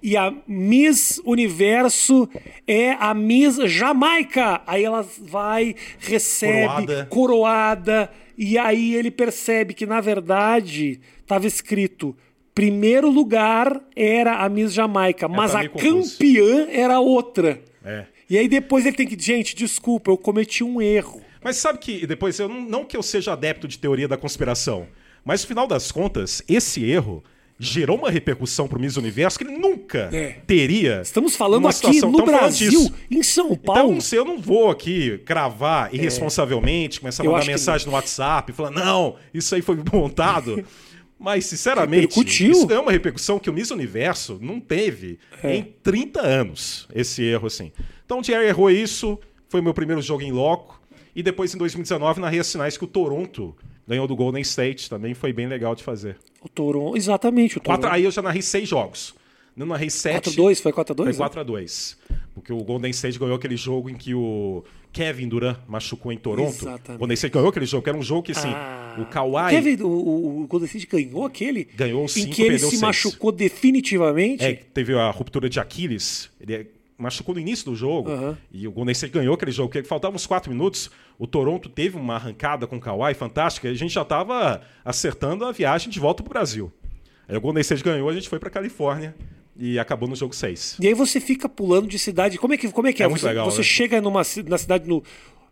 Speaker 1: E a Miss Universo é a Miss Jamaica. Aí ela vai, recebe,
Speaker 2: Coroada.
Speaker 1: coroada. E aí ele percebe que, na verdade, estava escrito. Primeiro lugar era a Miss Jamaica, mas
Speaker 2: tá
Speaker 1: a
Speaker 2: meio confuso.
Speaker 1: campeã era outra.
Speaker 2: É.
Speaker 1: E aí depois ele tem que, gente, desculpa, eu cometi um erro.
Speaker 2: Mas sabe que depois, eu, não- não que eu seja adepto de teoria da conspiração, mas no final das contas, esse erro gerou uma repercussão pro Miss Universo que ele nunca
Speaker 1: É.
Speaker 2: teria.
Speaker 1: Estamos falando
Speaker 2: numa
Speaker 1: aqui
Speaker 2: situação
Speaker 1: no
Speaker 2: tão fora
Speaker 1: Brasil,
Speaker 2: disso.
Speaker 1: em São
Speaker 2: Então,
Speaker 1: Paulo.
Speaker 2: não sei, eu não vou aqui cravar irresponsavelmente, começar a
Speaker 1: É. Eu
Speaker 2: mandar
Speaker 1: acho que
Speaker 2: mensagem no WhatsApp, falar, não, isso aí foi montado. Mas, sinceramente,
Speaker 1: Repercutiu.
Speaker 2: isso é uma repercussão que o Miss Universo não teve
Speaker 1: É.
Speaker 2: em 30 anos, esse erro, assim. Então, o Jerry errou isso, foi meu primeiro jogo em loco. E depois, em 2019, narrei as sinais que o Toronto ganhou do Golden State, também foi bem legal de fazer.
Speaker 1: o Toronto, exatamente, o
Speaker 2: Quatro,
Speaker 1: Toronto.
Speaker 2: aí eu já narrei seis jogos. Não narrei sete.
Speaker 1: 4-2, foi 4x2?
Speaker 2: Foi 4x2. Porque o Golden State ganhou aquele jogo em que o Kevin Durant machucou em Toronto.
Speaker 1: Exatamente.
Speaker 2: O Golden State ganhou aquele jogo, que era um jogo que, assim,
Speaker 1: Ah.
Speaker 2: o Kawhi...
Speaker 1: Teve, o, o, o Golden State ganhou aquele?
Speaker 2: Ganhou um
Speaker 1: Em
Speaker 2: cinco,
Speaker 1: que ele
Speaker 2: perdeu
Speaker 1: se
Speaker 2: seis.
Speaker 1: machucou definitivamente?
Speaker 2: É, teve a ruptura de Aquiles. Ele é- machucou no início do jogo.
Speaker 1: Aham.
Speaker 2: E o Golden State ganhou aquele jogo. Porque faltavam uns quatro minutos. O Toronto teve uma arrancada com o Kawhi fantástica. E a gente já estava acertando a viagem de volta para o Brasil. Aí o Golden State ganhou, a gente foi para Califórnia. E acabou no jogo 6.
Speaker 1: E aí você fica pulando de cidade. Como é que, como é, que é?
Speaker 2: É muito
Speaker 1: Você,
Speaker 2: legal,
Speaker 1: você
Speaker 2: né?
Speaker 1: chega numa, ci- na cidade no.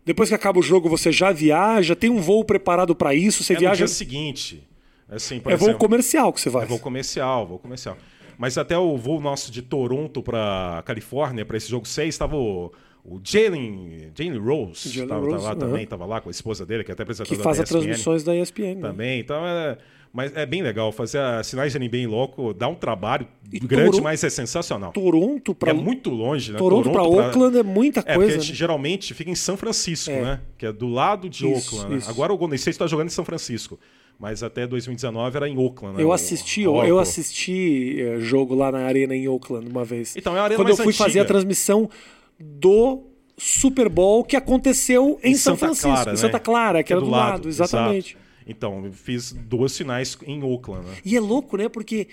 Speaker 1: Depois que acaba o jogo, você já viaja, tem um voo preparado pra isso, você
Speaker 2: É no
Speaker 1: viaja.
Speaker 2: dia seguinte. Assim, por
Speaker 1: É voo
Speaker 2: exemplo,
Speaker 1: comercial que você vai.
Speaker 2: É voo comercial, voo comercial. Mas até o voo nosso de Toronto pra Califórnia, pra esse jogo 6, estava o, o Jalen Jalen Rose.
Speaker 1: Jalen
Speaker 2: tava, tava
Speaker 1: Rose,
Speaker 2: lá
Speaker 1: aham.
Speaker 2: também, tava lá com a esposa dele, que é até
Speaker 1: que
Speaker 2: apresentadora
Speaker 1: faz
Speaker 2: da
Speaker 1: as
Speaker 2: ESPN
Speaker 1: transmissões da ESPN. né?
Speaker 2: Também, então é... Mas é bem legal, fazer a sinais de NBA em loco dá um trabalho
Speaker 1: E
Speaker 2: grande,
Speaker 1: Toronto-
Speaker 2: mas é sensacional.
Speaker 1: Toronto pra
Speaker 2: É muito longe, né?
Speaker 1: Toronto pra Oakland é muita
Speaker 2: É, porque
Speaker 1: coisa,
Speaker 2: a gente
Speaker 1: né?
Speaker 2: geralmente fica em São Francisco,
Speaker 1: É.
Speaker 2: né? Que é do lado de
Speaker 1: Isso,
Speaker 2: Oakland. né?
Speaker 1: isso.
Speaker 2: Agora o Golden State está jogando em São Francisco. Mas até 2019 era em Oakland, né?
Speaker 1: Eu
Speaker 2: O-
Speaker 1: assisti,
Speaker 2: a
Speaker 1: eu,
Speaker 2: Oracle.
Speaker 1: assisti eh, jogo lá na arena em Oakland uma vez.
Speaker 2: Então, é a arena
Speaker 1: Quando
Speaker 2: mais
Speaker 1: eu fui fazer a
Speaker 2: antiga.
Speaker 1: transmissão do Super Bowl que aconteceu em, São
Speaker 2: Santa
Speaker 1: Francisco,
Speaker 2: Clara,
Speaker 1: em
Speaker 2: né?
Speaker 1: Santa Clara, que
Speaker 2: é
Speaker 1: era do lado, exatamente.
Speaker 2: exato. Então, eu fiz duas finais em Oakland, né?
Speaker 1: E é louco, né? Porque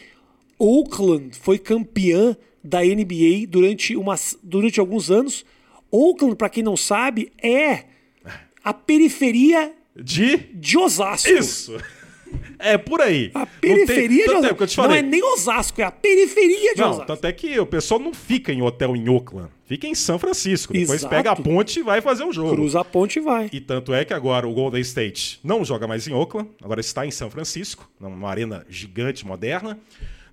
Speaker 1: Oakland foi campeã da NBA durante, umas, durante alguns anos. Oakland, pra quem não sabe, é a periferia
Speaker 2: De
Speaker 1: de Osasco.
Speaker 2: isso! É por aí.
Speaker 1: A
Speaker 2: Não
Speaker 1: periferia
Speaker 2: tem...
Speaker 1: de
Speaker 2: tanto é
Speaker 1: Osasco.
Speaker 2: porque eu te
Speaker 1: não
Speaker 2: falei.
Speaker 1: é nem Osasco, é a periferia de
Speaker 2: Não,
Speaker 1: Osasco.
Speaker 2: tanto é que o pessoal não fica em hotel em Oakland. Fica em São Francisco. Depois
Speaker 1: Exato.
Speaker 2: pega a ponte e vai fazer o jogo.
Speaker 1: Cruza a ponte e vai.
Speaker 2: E tanto é que agora o Golden State não joga mais em Oakland, agora está em São Francisco, numa arena gigante, moderna.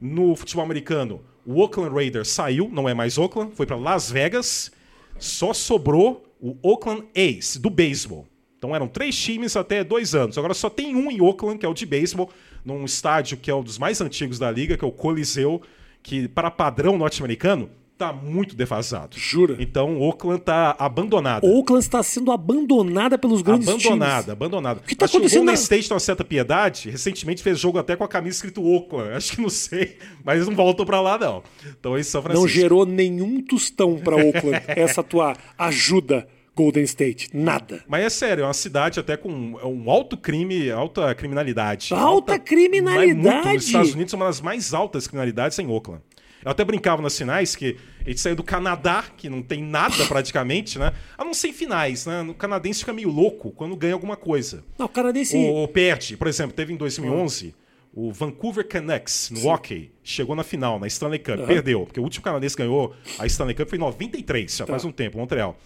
Speaker 2: No futebol americano, o Oakland Raiders saiu, não é mais Oakland, foi para Las Vegas. Só sobrou o Oakland Ace, do beisebol. Então eram três times até dois anos. Agora só tem um em Oakland, que é o de beisebol, num estádio que é um dos mais antigos da liga, que é o Coliseu, que para padrão norte-americano está muito defasado.
Speaker 1: Jura?
Speaker 2: Então Oakland está abandonado
Speaker 1: Oakland está sendo abandonada pelos grandes
Speaker 2: abandonada,
Speaker 1: times.
Speaker 2: abandonada.
Speaker 1: que tá
Speaker 2: Acho
Speaker 1: acontecendo
Speaker 2: o Golden
Speaker 1: na-
Speaker 2: State tem uma certa piedade. Recentemente fez jogo até com a camisa escrito Oakland. Acho que não sei, mas eles não voltam pra lá não. Então é isso São Francisco.
Speaker 1: Não gerou nenhum tostão pra Oakland essa tua ajuda Golden State. Nada.
Speaker 2: Mas é sério, é uma cidade até com um alto crime, alta criminalidade.
Speaker 1: Alta
Speaker 2: Mas muito.
Speaker 1: criminalidade?
Speaker 2: Nos Estados Unidos é uma das mais altas criminalidades em Oakland. Eu até brincava nas finais que a gente saiu do Canadá, que não tem nada praticamente, né? A não ser em finais, né? O canadense fica meio louco quando ganha alguma coisa.
Speaker 1: Não, o cara desse.
Speaker 2: Ou, ou perde. Por exemplo, teve em 2011 o Vancouver Canucks no hockey. Chegou na final, na Stanley Cup. Perdeu, porque o último canadense que ganhou a Stanley Cup foi em 93,
Speaker 1: Tá.
Speaker 2: já faz um tempo, Montreal.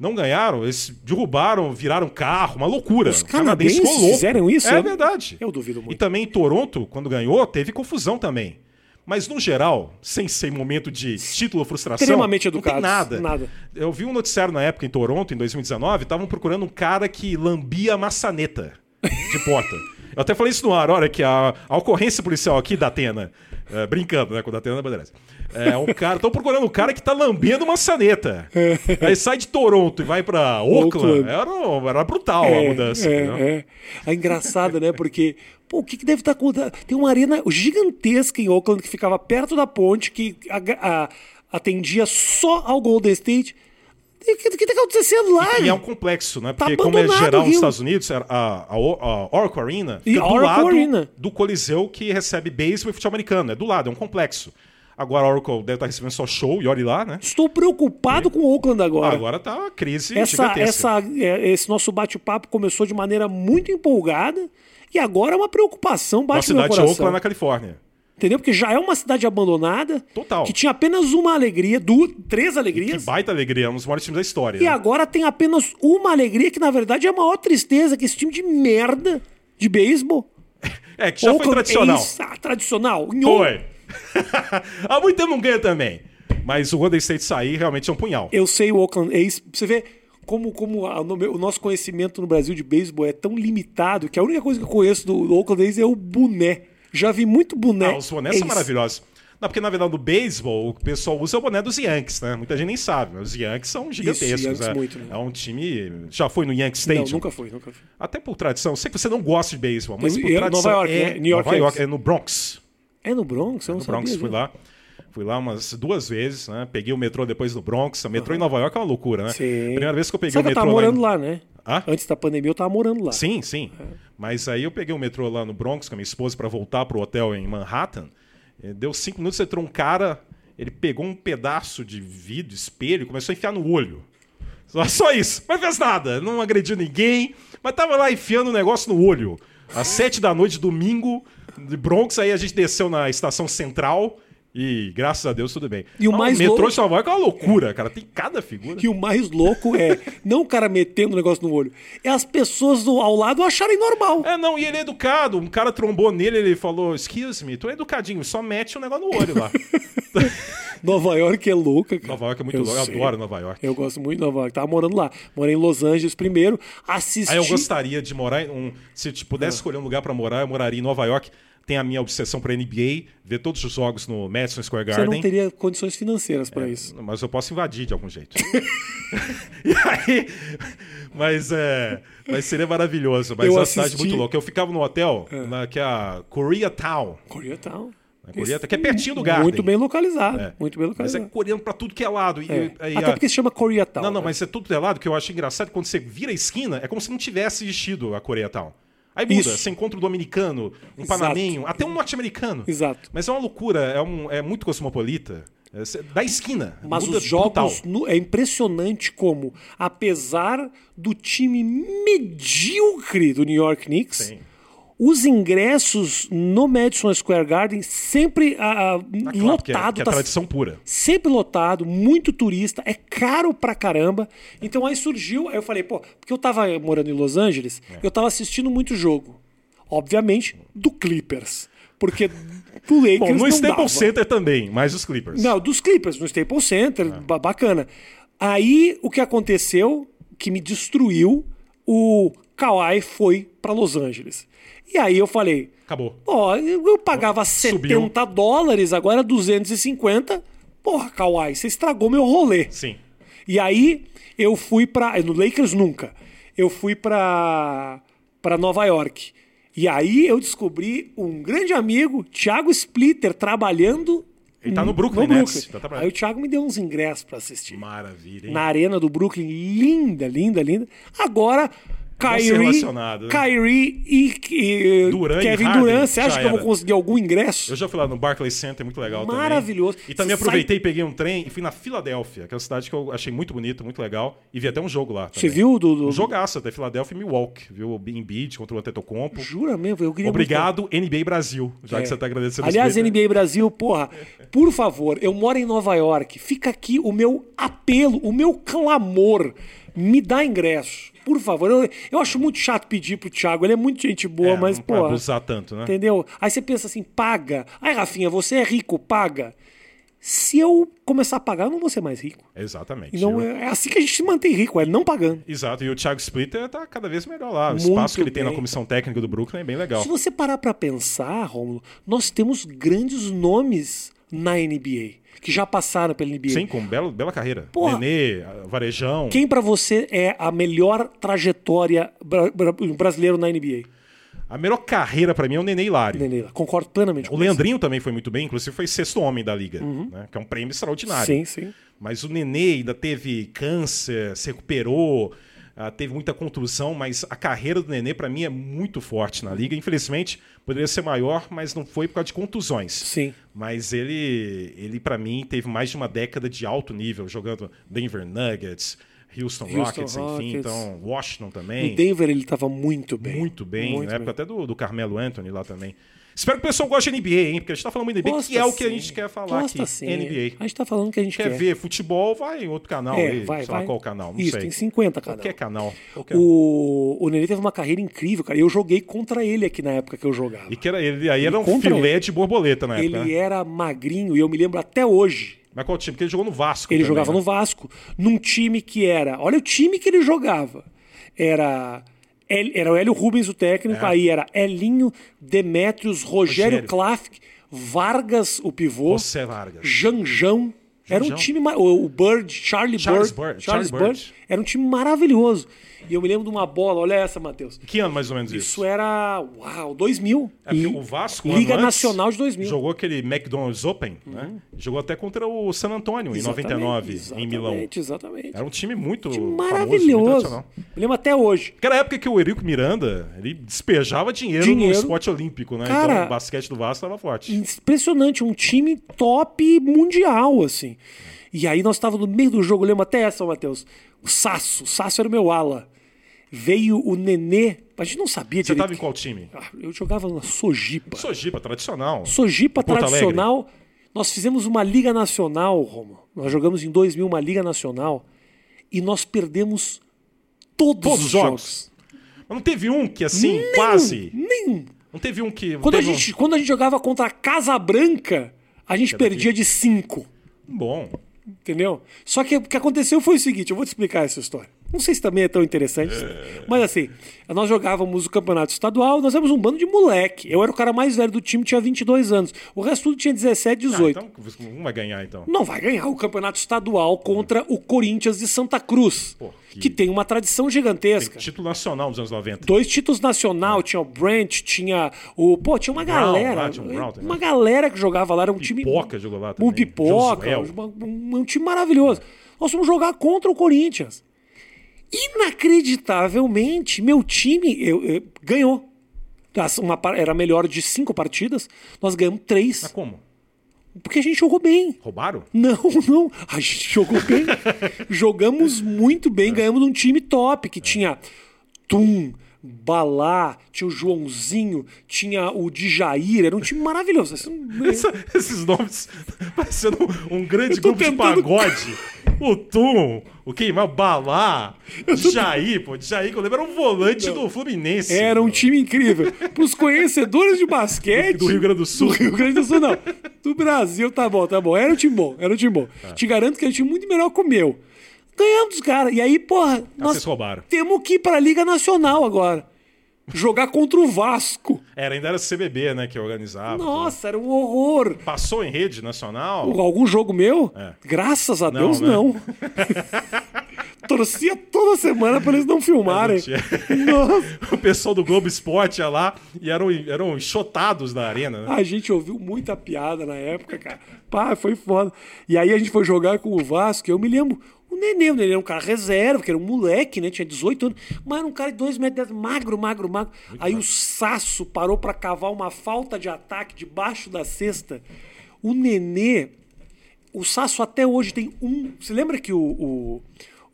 Speaker 2: Não ganharam, eles derrubaram, viraram carro, uma loucura. Os
Speaker 1: canadenses fizeram isso?
Speaker 2: É
Speaker 1: Eu-
Speaker 2: verdade.
Speaker 1: eu duvido muito.
Speaker 2: E também em Toronto, quando ganhou, teve confusão também. Mas no geral, sem ser momento de título ou frustração,
Speaker 1: Extremamente
Speaker 2: não
Speaker 1: educados,
Speaker 2: tem nada.
Speaker 1: nada.
Speaker 2: Eu vi um noticiário na época em Toronto, em 2019, estavam procurando um cara que lambia a maçaneta de porta. Eu até falei isso no ar, olha que a, a ocorrência policial aqui da Atena, é, brincando, né, com o da Atena da Bandeirantes. É um cara, estão procurando um cara que tá lambendo maçaneta. Aí sai de Toronto e vai pra Oakland.
Speaker 1: Oakland.
Speaker 2: Era, um- era brutal a mudança.
Speaker 1: é,
Speaker 2: entendeu?
Speaker 1: é. É engraçado, né? Porque, pô, o que, que deve estar acontecendo? Tem uma arena gigantesca em Oakland que ficava perto da ponte, que a- a- atendia só ao Golden State. E O que, o que tá acontecendo lá?
Speaker 2: E é um
Speaker 1: gente?
Speaker 2: complexo, né?
Speaker 1: Tá
Speaker 2: Porque como é
Speaker 1: abandonado,
Speaker 2: geral
Speaker 1: viu?
Speaker 2: nos Estados Unidos, a, a, a, O- a Oracle Arena
Speaker 1: E
Speaker 2: fica
Speaker 1: a
Speaker 2: do
Speaker 1: Oracle
Speaker 2: lado
Speaker 1: Arena.
Speaker 2: do Coliseu que recebe beisebol e futebol americano. É do lado, é um complexo. Agora a Oracle deve estar recebendo só show e olhe lá, né?
Speaker 1: Estou preocupado com Oakland agora.
Speaker 2: Agora tá uma crise
Speaker 1: essa,
Speaker 2: gigantesca.
Speaker 1: essa, é, esse nosso bate-papo começou de maneira muito empolgada e agora é uma preocupação
Speaker 2: uma
Speaker 1: bate no meu
Speaker 2: cidade né? de
Speaker 1: coração.
Speaker 2: Oakland, na Califórnia.
Speaker 1: entendeu? Porque já é uma cidade abandonada.
Speaker 2: Total.
Speaker 1: Que tinha apenas uma alegria, duas, três
Speaker 2: Que
Speaker 1: alegrias.
Speaker 2: baita alegria, um dos maiores times da história.
Speaker 1: E
Speaker 2: né?
Speaker 1: agora tem apenas uma alegria, que na verdade é a maior tristeza, que esse time de merda de beisebol.
Speaker 2: É, que já foi
Speaker 1: Oakland
Speaker 2: tradicional.
Speaker 1: A's, ah, tradicional. Em
Speaker 2: Foi. Há muito tempo não ganha também. Mas o Golden State sair realmente é um punhal.
Speaker 1: Eu sei o Oakland A's. Pra Você vê como, como a- no meu- o nosso conhecimento no Brasil de beisebol é tão limitado que a única coisa que eu conheço do Oakland A's é o boné. Já vi muito boné.
Speaker 2: Ah, os bonés são
Speaker 1: A's.
Speaker 2: maravilhosos. Não, porque na verdade no beisebol o pessoal usa o boné dos Yankees, né? Muita gente nem sabe, mas os Yankees são gigantescos.
Speaker 1: Yankees
Speaker 2: né?
Speaker 1: muito, né?
Speaker 2: É um time. Já foi no Yankee
Speaker 1: Não,
Speaker 2: Stadium?
Speaker 1: nunca foi, nunca foi.
Speaker 2: Até por tradição. Sei que você não gosta de beisebol, mas
Speaker 1: Eu-
Speaker 2: por
Speaker 1: eu-
Speaker 2: tradição.
Speaker 1: Nova York,
Speaker 2: é,
Speaker 1: né? New York
Speaker 2: Nova York,
Speaker 1: Yankees.
Speaker 2: é no Bronx.
Speaker 1: É no Bronx? Eu não
Speaker 2: No Bronx
Speaker 1: sabia,
Speaker 2: fui
Speaker 1: né?
Speaker 2: lá. Fui lá umas duas vezes, né? Peguei o metrô depois no Bronx. O metrô em Nova York é uma loucura, né?
Speaker 1: Sim.
Speaker 2: Primeira vez que eu peguei
Speaker 1: Sabe
Speaker 2: o
Speaker 1: que eu tava
Speaker 2: metrô lá em-
Speaker 1: morando lá, né?
Speaker 2: Hã?
Speaker 1: Antes da pandemia eu tava morando lá.
Speaker 2: Sim, sim. Mas aí eu peguei o metrô lá no Bronx com a minha esposa para voltar pro hotel em Manhattan. Eh, Deu cinco minutos, entrou um cara, ele pegou um pedaço de vidro, espelho, e começou a enfiar no olho. Só, só isso. Mas fez nada, não agrediu ninguém, mas tava lá enfiando o negócio no olho. Às sete da noite, domingo, de Bronx, aí a gente desceu na estação central e graças a Deus tudo bem.
Speaker 1: E o
Speaker 2: Ah,
Speaker 1: mais
Speaker 2: o metrô
Speaker 1: louco-
Speaker 2: de Nova York é uma loucura, cara. Tem cada figura.
Speaker 1: Que o mais louco é não o cara metendo o negócio no olho, é as pessoas do- ao lado acharem normal.
Speaker 2: É, não, e ele é educado. Um cara trombou nele, ele falou: Excuse me, tu é educadinho, só mete o negócio no olho lá.
Speaker 1: Nova York é louca, cara.
Speaker 2: Nova York é muito
Speaker 1: Eu
Speaker 2: louco, eu
Speaker 1: sei.
Speaker 2: adoro Nova York.
Speaker 1: Eu gosto muito de Nova York. Tava morando lá. Morei em Los Angeles primeiro. Assisti.
Speaker 2: Aí eu gostaria de morar em um. Se eu
Speaker 1: Ah.
Speaker 2: pudesse escolher um lugar pra morar, eu moraria em Nova York. Tem a minha obsessão pra NBA, ver todos os jogos no Madison Square
Speaker 1: Você
Speaker 2: Garden. É.
Speaker 1: não teria condições financeiras pra isso.
Speaker 2: Mas eu posso invadir de algum jeito. e aí. Mas é. Mas seria maravilhoso. Mas
Speaker 1: Eu
Speaker 2: é uma cidade
Speaker 1: assisti- Ah.
Speaker 2: muito louca. Eu ficava no hotel, na, que é a Koreatown.
Speaker 1: Koreatown.
Speaker 2: Na Koreatown, que é pertinho do Garden.
Speaker 1: Muito bem localizado. Muito bem
Speaker 2: Mas é
Speaker 1: localizado.
Speaker 2: coreano pra tudo que é lado. E, e- e
Speaker 1: Até
Speaker 2: a-
Speaker 1: porque se chama Koreatown.
Speaker 2: Não, não,
Speaker 1: né?
Speaker 2: mas é tudo telado, que eu acho engraçado que quando você vira a esquina, é como se não tivesse existido a Coreia tal. Aí muda,
Speaker 1: Isso.
Speaker 2: você encontra um dominicano, um
Speaker 1: Exato.
Speaker 2: panameño, até um norte-americano.
Speaker 1: Exato.
Speaker 2: Mas é uma loucura, é, um- é muito cosmopolita. É, cê- da esquina.
Speaker 1: Mas
Speaker 2: muda
Speaker 1: os jogos
Speaker 2: brutal.
Speaker 1: no- é impressionante como, apesar do time medíocre do New York Knicks,
Speaker 2: Sim.
Speaker 1: os ingressos no Madison Square Garden sempre ah, ah,
Speaker 2: Ah, claro, que é-
Speaker 1: lotado,
Speaker 2: que é,
Speaker 1: tá
Speaker 2: tradição pura.
Speaker 1: sempre lotado, muito turista, é caro pra caramba. Então aí surgiu, aí eu falei, pô, porque eu tava morando em Los Angeles,
Speaker 2: É.
Speaker 1: eu tava assistindo muito jogo. Obviamente, do Clippers. Porque do Lakers
Speaker 2: Bom, no
Speaker 1: não
Speaker 2: Staples
Speaker 1: dava. né?
Speaker 2: Center também, mas os Clippers.
Speaker 1: Não, dos Clippers, no Staples Center,
Speaker 2: É.
Speaker 1: ba- bacana. Aí o que aconteceu, que me destruiu, o Kawhi foi pra Los Angeles. E aí eu falei,
Speaker 2: Acabou.
Speaker 1: ó, eu eu pagava 70 dólares, agora é 250. Porra, Kawhi, você estragou meu rolê.
Speaker 2: Sim.
Speaker 1: E aí eu fui pra. No Lakers nunca. Eu fui pra. para Nova York. E aí eu descobri um grande amigo, Thiago Splitter, trabalhando.
Speaker 2: Ele tá no Brooklyn Nets, tá trabalhando.
Speaker 1: Aí o Thiago me deu uns ingressos pra assistir.
Speaker 2: Maravilha, hein?
Speaker 1: Na arena do Brooklyn, linda, linda, linda. Agora,
Speaker 2: ser
Speaker 1: Kyrie,
Speaker 2: relacionado, né?
Speaker 1: Kyrie e, e
Speaker 2: Duran e
Speaker 1: Kevin
Speaker 2: Harden,
Speaker 1: Durant. Você
Speaker 2: já
Speaker 1: acha que eu vou
Speaker 2: era.
Speaker 1: conseguir algum ingresso?
Speaker 2: Eu já fui lá no Barclays Center, muito legal também.
Speaker 1: Maravilhoso.
Speaker 2: E também
Speaker 1: Você
Speaker 2: aproveitei e peguei um trem e fui na Filadélfia, que é uma cidade que eu achei muito bonito, muito legal. E vi até um jogo lá.
Speaker 1: Você
Speaker 2: também.
Speaker 1: viu do, do-
Speaker 2: Um jogaço até Filadélfia e Milwaukee, viu? O Embiid contra o Antetokounmpo.
Speaker 1: Jura mesmo? Eu queria muito-
Speaker 2: Obrigado, NBA Brasil, já
Speaker 1: É.
Speaker 2: que você tá agradecendo.
Speaker 1: Aliás,
Speaker 2: esse Twitter.
Speaker 1: NBA Brasil, porra, por favor, eu moro em Nova York. Fica aqui o meu apelo, o meu clamor. Me dá ingresso. Por favor. Eu, eu acho muito chato pedir pro Thiago. Ele é muito gente boa,
Speaker 2: É,
Speaker 1: mas,
Speaker 2: não pode
Speaker 1: porra.
Speaker 2: abusar tanto, né?
Speaker 1: Entendeu? Aí você pensa assim, paga. Aí, Rafinha, você é rico, paga. Se eu começar a pagar, eu não vou ser mais rico.
Speaker 2: Exatamente.
Speaker 1: Então
Speaker 2: Eu-
Speaker 1: é é assim que a gente se mantém rico, é não pagando.
Speaker 2: Exato, e o Thiago Splitter tá cada vez melhor lá. O
Speaker 1: Muito
Speaker 2: espaço que ele tem
Speaker 1: bem.
Speaker 2: na comissão técnica do Brooklyn é bem legal.
Speaker 1: Se você parar pra pensar, Romulo, nós temos grandes nomes na NBA que já passaram pela NBA.
Speaker 2: Sim, com bela, bela carreira.
Speaker 1: Porra.
Speaker 2: Nenê, Varejão.
Speaker 1: Quem pra você é a melhor trajetória bra bra- brasileiro na NBA?
Speaker 2: A melhor carreira pra mim é o Nenê Hilário.
Speaker 1: Nenê, concordo plenamente.
Speaker 2: O
Speaker 1: com você.
Speaker 2: Leandrinho também foi muito bem, inclusive foi sexto homem da liga, né, que é um prêmio extraordinário.
Speaker 1: Sim, sim.
Speaker 2: Mas o Nenê ainda teve câncer, se recuperou, ah, teve muita contusão, mas a carreira do Nenê pra mim é muito forte na liga. Infelizmente, poderia ser maior, mas não foi por causa de contusões.
Speaker 1: Sim.
Speaker 2: Mas ele, ele para mim teve mais de uma década de alto nível jogando Denver Nuggets, Houston, Houston Rockets, Rockets, enfim, então Washington também.
Speaker 1: Em Denver ele estava muito bem.
Speaker 2: Muito bem, né? muito na época bem. até do, do Carmelo Anthony lá também. Espero que o pessoal goste de NBA, hein? Porque a gente tá falando muito de NBA, Gosta que é sim. o que a gente quer falar
Speaker 1: Gosta
Speaker 2: aqui.
Speaker 1: Sim.
Speaker 2: NBA.
Speaker 1: A gente tá falando que a gente quer.
Speaker 2: Quer ver futebol, vai em outro canal é, aí. Vai, sei vai. lá qual canal, não
Speaker 1: Isso,
Speaker 2: sei.
Speaker 1: tem 50 canal.
Speaker 2: Qualquer canal. Qualquer um.
Speaker 1: o, o Nenê teve uma carreira incrível, cara. Eu joguei contra ele aqui na época que eu jogava.
Speaker 2: E que era ele, aí era e um filé ele. de borboleta na
Speaker 1: ele
Speaker 2: época. né?
Speaker 1: Ele era magrinho e eu me lembro até hoje.
Speaker 2: Mas qual time? Porque ele jogou no Vasco.
Speaker 1: Ele
Speaker 2: também,
Speaker 1: jogava
Speaker 2: né?
Speaker 1: no Vasco, num time que era. Olha o time que ele jogava. Era era o Hélio Rubens o técnico, é. aí era Elinho, Demetrios, Rogério, Rogério. Klafk, Vargas o pivô,
Speaker 2: José Vargas.
Speaker 1: Janjão. Era um time o Bird, Charlie
Speaker 2: Charles
Speaker 1: Bird,
Speaker 2: Bird,
Speaker 1: Charles
Speaker 2: Charlie
Speaker 1: Bird, era um time maravilhoso. E eu me lembro de uma bola, olha essa, Matheus.
Speaker 2: Que ano mais ou menos isso?
Speaker 1: Isso era, uau, 2000.
Speaker 2: É, o Vasco,
Speaker 1: Liga
Speaker 2: antes,
Speaker 1: Nacional de 2000.
Speaker 2: Jogou aquele McDonald's Open, uhum. né? Jogou até contra o San Antonio
Speaker 1: exatamente,
Speaker 2: em 99,
Speaker 1: exatamente,
Speaker 2: em Milão.
Speaker 1: Exatamente.
Speaker 2: Era um time muito um
Speaker 1: time
Speaker 2: famoso,
Speaker 1: maravilhoso.
Speaker 2: muito
Speaker 1: me lembro até hoje.
Speaker 2: Aquela época que o Eurico Miranda, ele despejava dinheiro,
Speaker 1: Dinheiro.
Speaker 2: no esporte olímpico, né?
Speaker 1: Cara,
Speaker 2: então o basquete do Vasco estava forte.
Speaker 1: Impressionante, um time top mundial, assim. E aí nós estávamos no meio do jogo, eu lembro até essa, Matheus. O Sasso, o Sasso era o meu ala. Veio o Nenê, a gente não sabia
Speaker 2: Você
Speaker 1: direito.
Speaker 2: estava em qual time?
Speaker 1: Ah, Eu jogava na Sojipa.
Speaker 2: Sojipa, tradicional.
Speaker 1: Sojipa
Speaker 2: Porto Alegre.
Speaker 1: tradicional. Nós fizemos uma Liga Nacional, Romo. Nós jogamos em 2000 uma Liga Nacional e nós perdemos todos,
Speaker 2: Todos os jogos. Mas não teve um que, assim, quase...
Speaker 1: Nenhum.
Speaker 2: Não teve um que...
Speaker 1: Quando a,
Speaker 2: teve um-
Speaker 1: gente, quando a gente jogava contra a Casa Branca, a gente perdia de 5.
Speaker 2: um Bom,
Speaker 1: Entendeu? Só que o que aconteceu foi o seguinte: eu vou te explicar essa história. Não sei se também é tão interessante,
Speaker 2: É.
Speaker 1: mas assim, nós jogávamos o campeonato estadual, nós éramos um bando de moleque. Eu era o cara mais velho do time, tinha 22 anos. O resto tudo tinha 17,
Speaker 2: Ah,
Speaker 1: 18.
Speaker 2: então um vai ganhar, então.
Speaker 1: Não vai ganhar o campeonato estadual contra o Corinthians de Santa Cruz,
Speaker 2: Pô, que-
Speaker 1: que... tem uma tradição gigantesca.
Speaker 2: Título nacional dos anos 90.
Speaker 1: Dois títulos nacional, tinha o Branch, tinha o. Pô, tinha uma
Speaker 2: Brown,
Speaker 1: galera.
Speaker 2: lá, tinha o Brown também.
Speaker 1: uma galera que jogava lá, era um time.
Speaker 2: Pipoca jogou lá também.
Speaker 1: O Pipoca,
Speaker 2: Josuel.
Speaker 1: um, um- um time maravilhoso. Nós fomos jogar contra o Corinthians. Inacreditavelmente, meu time eu- eu- ganhou. As- uma par- era melhor de cinco partidas, nós ganhamos
Speaker 2: Mas
Speaker 1: três,
Speaker 2: como?
Speaker 1: porque a gente jogou bem.
Speaker 2: Roubaram?
Speaker 1: Não, não. A gente jogou bem. Jogamos muito bem. Ganhamos de um time top que tinha Tum, Balá, tinha o Joãozinho, tinha o Djair. Era um time maravilhoso. Assim,
Speaker 2: Essa- esses nomes parecendo um, um grande
Speaker 1: Eu tô
Speaker 2: grupo de
Speaker 1: tentando-
Speaker 2: pagode. O Tum, o quem mais? O Balá, Jair, pô. Jair, que eu lembro, era um volante do Fluminense.
Speaker 1: Era um time incrível. Para os conhecedores de basquete.
Speaker 2: Do Rio Grande do Sul.
Speaker 1: Do Rio Grande do Sul, não. Do Brasil, tá bom, tá bom. Era um time bom, era um time bom.
Speaker 2: É.
Speaker 1: Te garanto que era um time muito melhor que o meu. Ganhamos, cara. E aí, porra,
Speaker 2: vocês
Speaker 1: nós
Speaker 2: roubaram.
Speaker 1: temos que ir pra Liga Nacional agora. Jogar contra o Vasco.
Speaker 2: Era, É, ainda era o CBB, né, que organizava.
Speaker 1: Nossa, era um horror.
Speaker 2: Passou em rede nacional.
Speaker 1: Algum jogo meu?
Speaker 2: É.
Speaker 1: Graças a
Speaker 2: Não,
Speaker 1: Deus,
Speaker 2: né?
Speaker 1: não. Torcia toda semana pra eles não filmarem.
Speaker 2: tinha.
Speaker 1: Nossa.
Speaker 2: O pessoal do Globo Esporte ia lá e eram, eram chotados da arena. Né?
Speaker 1: A gente ouviu muita piada na época, cara. Pá, foi foda. E aí a gente foi jogar com o Vasco, eu me lembro. O Nenê, o Nenê era um cara reserva, que era um moleque, né? Tinha 18 anos, mas era um cara de 2 metros, de altura, magro, magro, magro. aí o Saço parou pra cavar uma falta de ataque debaixo da cesta. O Nenê, o Saço até hoje tem um. Você lembra que o.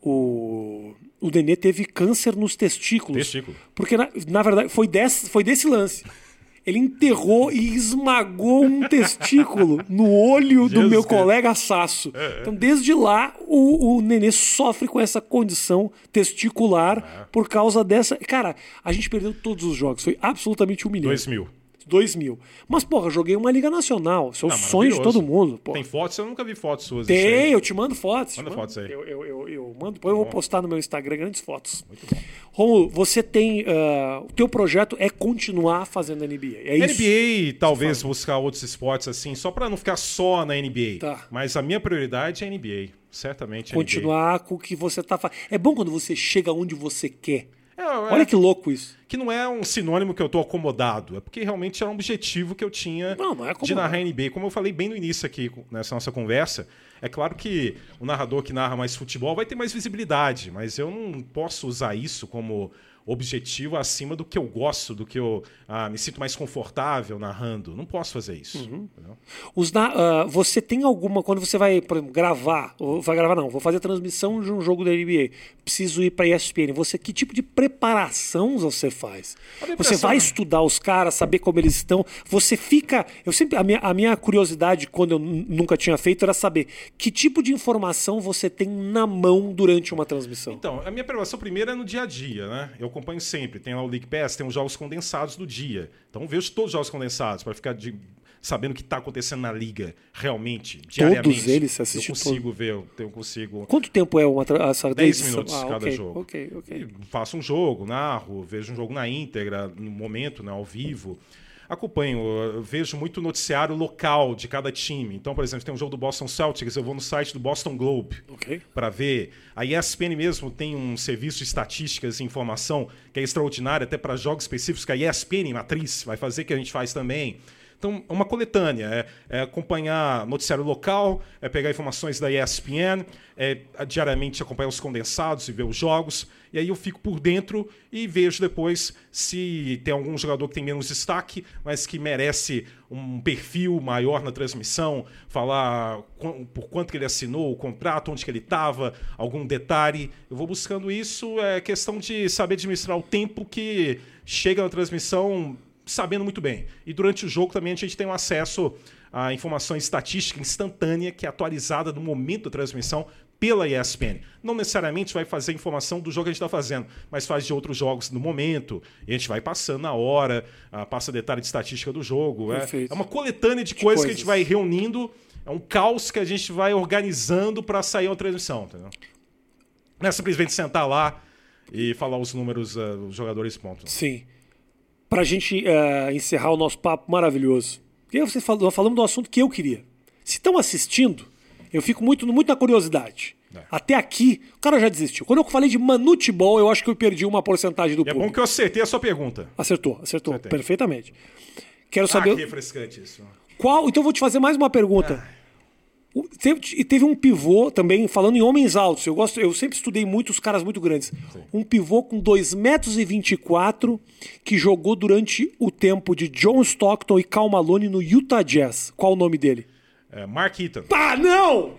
Speaker 1: o o, o Nenê teve câncer nos testículos.
Speaker 2: Testículo.
Speaker 1: Porque, na, na verdade, foi desse, foi desse lance. Ele enterrou e esmagou um testículo no olho do
Speaker 2: Jesus
Speaker 1: meu
Speaker 2: Cristo. É,
Speaker 1: colega Sasso. Então, desde lá, o, o Nenê sofre com essa condição
Speaker 2: É.
Speaker 1: testicular por causa dessa. Cara, a gente perdeu todos os jogos. Foi absolutamente humilhante.
Speaker 2: 2000.
Speaker 1: 2000. Mas, porra, joguei uma Liga Nacional. Isso é o sonho de todo mundo. Porra.
Speaker 2: Ah, Tem fotos? Eu nunca vi fotos suas. disso aí.
Speaker 1: Tem, eu te mando fotos. te
Speaker 2: Manda
Speaker 1: mando. Tá
Speaker 2: fotos aí.
Speaker 1: Eu, eu, eu, eu mando, depois eu vou postar no meu Instagram grandes fotos. Romulo, você tem. ah, o teu projeto é continuar fazendo NBA. É isso.
Speaker 2: NBA, talvez buscar outros esportes assim, só pra não ficar só na NBA.
Speaker 1: Tá.
Speaker 2: Mas a minha prioridade é NBA, certamente. é
Speaker 1: Continuar com o que você tá fazendo. É bom quando você chega onde você quer.
Speaker 2: NBA. É, é,
Speaker 1: Olha que louco isso.
Speaker 2: que não é um sinônimo que eu tô acomodado, é porque realmente era um objetivo que eu tinha
Speaker 1: Não, não é
Speaker 2: de
Speaker 1: acomodado.
Speaker 2: narrar NBA. Como eu falei bem no início aqui nessa nossa conversa, é claro que o narrador que narra mais futebol vai ter mais visibilidade, mas eu não posso usar isso como objetivo acima do que eu gosto, do que eu ah, me sinto mais confortável narrando. Não posso fazer isso. Uhum.
Speaker 1: Os na, uh, você tem alguma. Quando você vai, por exemplo, gravar, ou vai gravar, não, vou fazer a transmissão de um jogo da NBA. Preciso ir para ESPN. Você, que tipo de preparação você faz? Você
Speaker 2: né?
Speaker 1: vai estudar os caras, saber como eles estão. Você fica. Eu sempre. A minha, a minha curiosidade, quando eu nunca tinha feito, era saber que tipo de informação você tem na mão durante uma transmissão.
Speaker 2: Então, a minha preparação primeira é no dia a dia, né? Eu acompanho sempre. Tem lá o League Pass, tem os jogos condensados do dia. Então vejo todos os jogos condensados para ficar de, sabendo o que está acontecendo na liga realmente, diariamente.
Speaker 1: Todos eles você assiste
Speaker 2: Eu consigo todo. ver, eu consigo...
Speaker 1: Quanto tempo é uma essa
Speaker 2: 10 minutos ah, cada
Speaker 1: okay,
Speaker 2: jogo.
Speaker 1: Ok, ok.
Speaker 2: E faço um jogo, narro, vejo um jogo na íntegra, no momento, né, ao vivo acompanho, vejo muito noticiário local de cada time. Então, por exemplo, tem um jogo do Boston Celtics, eu vou no site do Boston Globe
Speaker 1: okay.
Speaker 2: para ver. A ESPN mesmo tem um serviço de estatísticas e informação que é extraordinário até para jogos específicos que a ESPN matriz vai fazer que a gente faz também. Então, é uma coletânea. É, é, acompanhar noticiário local, é pegar informações da ESPN, é diariamente acompanhar os condensados e ver os jogos. E aí eu fico por dentro e vejo depois se tem algum jogador que tem menos destaque, mas que merece um perfil maior na transmissão, falar por quanto que ele assinou o contrato, onde que ele estava, algum detalhe. Eu vou buscando isso. É questão de saber administrar o tempo que chega na transmissão sabendo muito bem. E durante o jogo também a gente tem um acesso a informação estatística instantânea que é atualizada no momento da transmissão pela ESPN. Não necessariamente vai fazer informação do jogo que a gente está fazendo, mas faz de outros jogos no momento. E a gente vai passando na hora, ah, passa detalhe de estatística do jogo. É, é, uma coletânea de, de coisas, coisas que a gente vai reunindo. É um caos que a gente vai organizando para sair uma transmissão. Entendeu? Não é simplesmente sentar lá e falar os números, uh, os jogadores pontos.
Speaker 1: Sim para a gente uh, encerrar o nosso papo maravilhoso. E você falou, nós falamos do assunto que eu queria. Se estão assistindo, eu fico muito, muito na curiosidade. É. Até aqui, o cara já desistiu. Quando eu falei de Manutebol, eu acho que eu perdi uma porcentagem do e público.
Speaker 2: É bom que eu acertei a sua pergunta.
Speaker 1: Acertou, acertou, Acertei. perfeitamente. Quero saber. Ah,
Speaker 2: que refrescante isso.
Speaker 1: Qual? Então eu vou te fazer mais uma pergunta. Ah. E teve um pivô também, falando em homens altos. Eu gosto, eu sempre estudei muito os caras muito grandes. Sim. Um pivô com 2,24 metros e 24, que jogou durante o tempo de John Stockton e Cal Malone no Utah Jazz. Qual o nome dele?
Speaker 2: É, Mark Eaton.
Speaker 1: Ah, não!